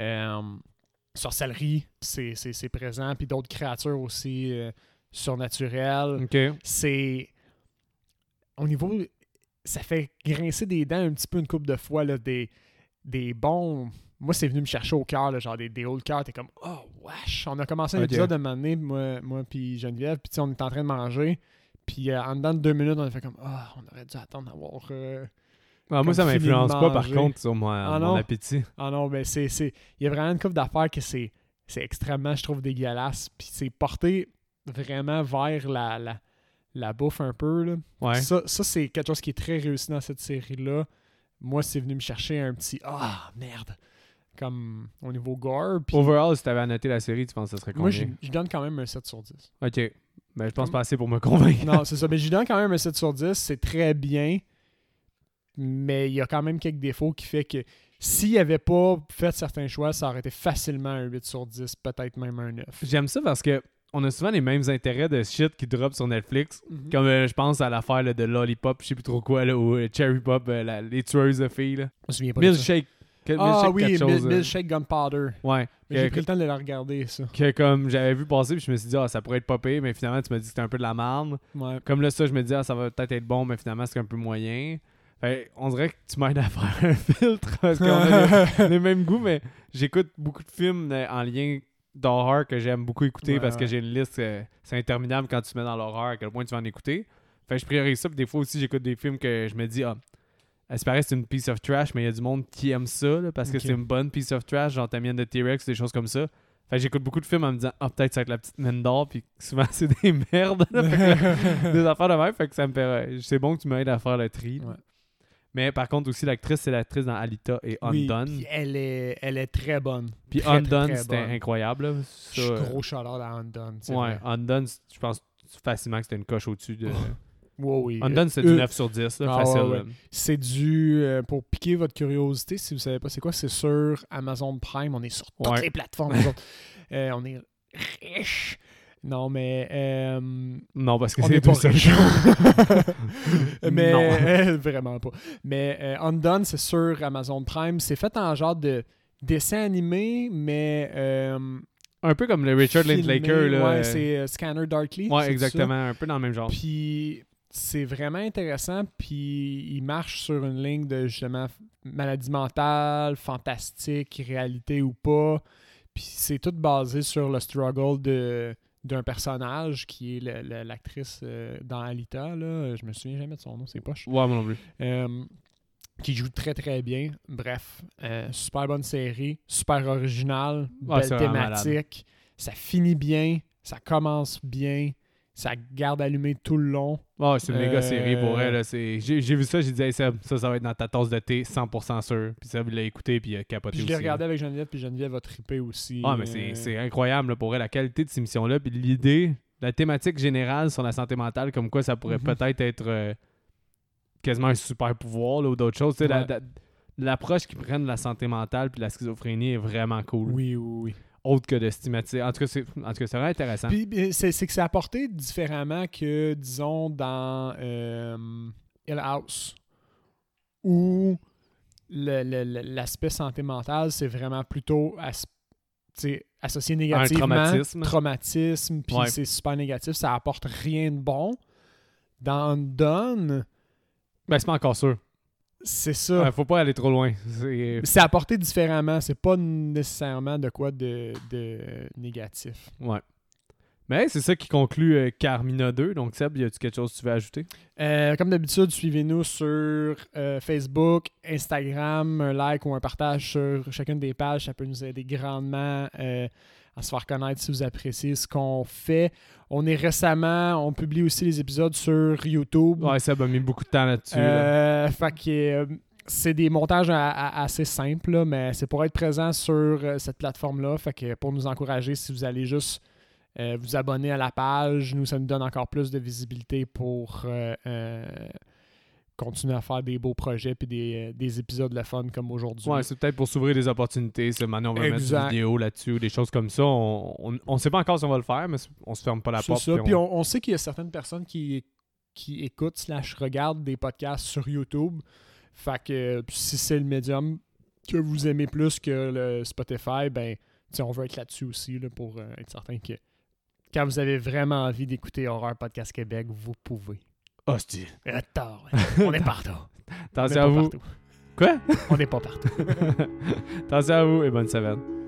Speaker 2: euh, sorcellerie, c'est- c'est c'est présent, puis d'autres créatures aussi euh, surnaturelles.
Speaker 1: Ok. Ah,
Speaker 2: C'est. Au niveau. Ça fait grincer des dents un petit peu une coupe de fois, là, des, des bons. Moi, c'est venu me chercher au cœur, là, genre des, des hauts le cœur. T'es comme, oh, wesh. On a commencé un
Speaker 1: Ok.
Speaker 2: épisode de m'amener, moi, moi puis Geneviève, puis tu sais, on est en train de manger. Puis euh, en dedans de deux minutes, on a fait comme, ah, on aurait dû attendre d'avoir. euh,
Speaker 1: Ah, moi,
Speaker 2: Comme
Speaker 1: ça
Speaker 2: fini de
Speaker 1: m'influence pas, par
Speaker 2: manger.
Speaker 1: contre, sur mon,
Speaker 2: Ah,
Speaker 1: mon
Speaker 2: non?
Speaker 1: appétit.
Speaker 2: Ah non, mais c'est. c'est- Il y a vraiment une couple d'affaires que c'est. C'est extrêmement, je trouve, dégueulasse. Puis c'est porté vraiment vers la, la, la bouffe un peu. Là.
Speaker 1: Ouais.
Speaker 2: Ça, ça, c'est quelque chose qui est très réussi dans cette série-là. Moi, c'est venu me chercher un petit Ah merde! Comme au niveau gore. Puis
Speaker 1: Overall, si t'avais à noter la série, tu penses que ça serait
Speaker 2: moi,
Speaker 1: combien
Speaker 2: je je donne quand même un 7 sur 10.
Speaker 1: Ok. Mais je pense pas assez pour me convaincre.
Speaker 2: Non, c'est ça. Mais je lui donne quand même un 7 sur 10. C'est très bien. Mais il y a quand même quelques défauts qui fait que s'il n'avait pas fait certains choix, ça aurait été facilement un 8 sur 10, peut-être même un 9.
Speaker 1: J'aime ça parce que on a souvent les mêmes intérêts de shit qui drop sur Netflix. Comme euh, je pense à l'affaire là, de Lollipop, je sais plus trop quoi, là, ou euh, Cherry Pop, euh, la- les tueuses de filles. Là.
Speaker 2: je me souviens pas de ça.
Speaker 1: Milkshake. Que-
Speaker 2: Ah
Speaker 1: milkshake,
Speaker 2: oui,
Speaker 1: quelque
Speaker 2: Mil-
Speaker 1: chose, euh,
Speaker 2: Milkshake Gunpowder.
Speaker 1: Ouais.
Speaker 2: Mais J'ai
Speaker 1: Que-
Speaker 2: pris le temps de le regarder, ça.
Speaker 1: que comme j'avais vu passer, puis je me suis dit, ah, ça pourrait être popé, mais finalement, tu m'as dit que c'était un peu de la merde.
Speaker 2: Ouais.
Speaker 1: Comme là, ça, je me dis, ah, ça va peut-être être bon, mais finalement, c'est un peu moyen. Fait, on dirait que tu m'aides à faire un filtre, parce qu'on a les- les mêmes goûts, mais j'écoute beaucoup de films euh, en lien d'horreur que j'aime beaucoup écouter
Speaker 2: Ouais,
Speaker 1: parce que
Speaker 2: ouais.
Speaker 1: j'ai une liste, euh, c'est interminable quand tu te mets dans l'horreur, à quel point tu vas en écouter. Fait que je priorise ça, puis des fois aussi, j'écoute des films que je me dis, ah, à ce paraît, c'est une piece of trash, mais il y a du monde qui aime ça, là, parce
Speaker 2: Ok.
Speaker 1: que c'est une bonne piece of trash, genre Tamien de T-Rex, des choses comme ça. Fait que j'écoute beaucoup de films en me disant, ah, peut-être ça va être la petite mine d'or, puis souvent, c'est des merdes, là, fait que- des affaires de même, fait que ça me fait, euh, c'est bon que tu m'aides à faire le tri.
Speaker 2: Ouais.
Speaker 1: Mais par contre, aussi, l'actrice, c'est l'actrice dans Alita et
Speaker 2: Oui,
Speaker 1: Undone.
Speaker 2: puis elle est, elle est très bonne.
Speaker 1: Puis
Speaker 2: Très, très,
Speaker 1: Undone,
Speaker 2: très
Speaker 1: c'était
Speaker 2: bonne.
Speaker 1: incroyable. là. Ça,
Speaker 2: Je suis
Speaker 1: euh,
Speaker 2: gros chaleur à Undone. c'est
Speaker 1: ouais,
Speaker 2: vrai.
Speaker 1: Undone, c- je pense facilement que c'était une coche au-dessus de.
Speaker 2: Ouais, oui.
Speaker 1: Undone, c'est
Speaker 2: Euh,
Speaker 1: du 9 sur 10, là,
Speaker 2: ah,
Speaker 1: facile.
Speaker 2: ouais, ouais.
Speaker 1: là.
Speaker 2: C'est du, euh, pour piquer votre curiosité, si vous savez pas c'est quoi, c'est sur Amazon Prime. On est sur toutes
Speaker 1: Ouais.
Speaker 2: les plateformes. nous autres. Euh, on est riche. Non, mais. euh,
Speaker 1: Non, parce que
Speaker 2: on
Speaker 1: c'est
Speaker 2: n'est pas
Speaker 1: tout ça.
Speaker 2: riche. mais.
Speaker 1: Non.
Speaker 2: euh, vraiment pas. Mais euh, Undone, c'est sur Amazon Prime. C'est fait en genre de dessin animé, mais. euh,
Speaker 1: Un peu comme le Richard
Speaker 2: filmé.
Speaker 1: Linklater. Là,
Speaker 2: Ouais,
Speaker 1: euh,
Speaker 2: c'est euh, Scanner Darkly. c'est
Speaker 1: ouais,
Speaker 2: ça?
Speaker 1: exactement. Un peu dans le même genre.
Speaker 2: Puis c'est vraiment intéressant. Puis il marche sur une ligne de justement f- maladie mentale, fantastique, réalité ou pas. Puis c'est tout basé sur le struggle de d'un personnage qui est le- le- l'actrice euh, dans Alita. Là. Je me souviens jamais de son nom, c'est poche.
Speaker 1: Ouais, moi non plus.
Speaker 2: Euh, qui joue très très bien. Bref, euh, super bonne série, super originale,
Speaker 1: Ah,
Speaker 2: belle
Speaker 1: c'est vraiment malade.
Speaker 2: thématique. Ça finit bien, ça commence bien, ça garde allumé tout le long.
Speaker 1: Ouais, Ah, c'est une méga
Speaker 2: Euh,
Speaker 1: série pour elle. là, c'est- J'ai j'ai vu ça, j'ai dit, hey Seb, ça, ça va être dans ta tasse de thé, 100% sûr. Puis Seb, il l'a écouté, puis il a capoté
Speaker 2: Puis je
Speaker 1: aussi.
Speaker 2: l'ai
Speaker 1: là.
Speaker 2: regardé avec Geneviève, puis Geneviève a trippé aussi.
Speaker 1: Ah, mais c'est-
Speaker 2: Euh,
Speaker 1: c'est incroyable là, pour elle, la qualité de cette émission-là, puis l'idée, la thématique générale sur la santé mentale, comme quoi ça pourrait
Speaker 2: Mhm.
Speaker 1: peut-être être euh, quasiment un super pouvoir là, ou d'autres choses. Tu sais, la-
Speaker 2: Ouais.
Speaker 1: la- L'approche qu'ils prennent de la santé mentale puis de la schizophrénie est vraiment cool.
Speaker 2: Oui, oui, oui.
Speaker 1: Autre que de stigmatiser. En tout cas, c'est en tout cas, c'est vraiment intéressant.
Speaker 2: Puis euh, c'est c'est que c'est apporté différemment que, disons, dans euh, Hill House, où le- le- le- l'aspect santé mentale, c'est vraiment plutôt as- tu sais, associé négativement.
Speaker 1: traumatisme.
Speaker 2: traumatisme, puis
Speaker 1: Ouais.
Speaker 2: c'est super négatif, ça apporte rien de bon. Dans Undone,
Speaker 1: Ben, c'est pas encore sûr.
Speaker 2: c'est ça.
Speaker 1: Ouais, faut pas aller trop loin. C'est-
Speaker 2: C'est apporté différemment. C'est pas nécessairement de quoi de, de négatif.
Speaker 1: Ouais. Mais hey, c'est ça qui conclut euh, Carmina 2. Donc, Seb, y a-tu quelque chose que tu veux ajouter?
Speaker 2: Euh, comme d'habitude, suivez-nous sur euh, Facebook, Instagram, un like ou un partage sur chacune des pages. Ça peut nous aider grandement euh, à se faire connaître si vous appréciez ce qu'on fait. On est récemment, on publie aussi les épisodes sur YouTube.
Speaker 1: Ouais, Seb a mis beaucoup de temps là-dessus. là.
Speaker 2: Mm. Euh, fait que euh, c'est des montages à- à- assez simples, là, mais c'est pour être présent sur euh, cette plateforme-là. Fait que pour nous encourager, si vous allez juste euh, vous abonner à la page, nous, ça nous donne encore plus de visibilité pour euh, euh, continuer à faire des beaux projets puis des, euh, des épisodes le fun comme aujourd'hui.
Speaker 1: Ouais, c'est peut-être pour s'ouvrir des opportunités. C'est maintenant, on va mettre
Speaker 2: Exact.
Speaker 1: des vidéos là-dessus, ou des choses comme ça. On, on, on sait pas encore si on va le faire, mais c'est- on se ferme pas la
Speaker 2: C'est
Speaker 1: porte.
Speaker 2: ça.
Speaker 1: puis
Speaker 2: Puis on, on sait qu'il y a certaines personnes qui, qui écoutent slash regardent des podcasts sur YouTube. Fait que euh, si c'est le médium que vous aimez plus que le Spotify, ben tu sais, on veut être là-dessus aussi là, pour euh, être certain que quand vous avez vraiment envie d'écouter Horreur Podcast Québec, vous pouvez.
Speaker 1: Hostie.
Speaker 2: Attends, ouais. on est partout. On est
Speaker 1: Attention
Speaker 2: pas
Speaker 1: Ah, à vous.
Speaker 2: partout.
Speaker 1: Quoi?
Speaker 2: On n'est pas partout.
Speaker 1: Attention à vous et bonne semaine.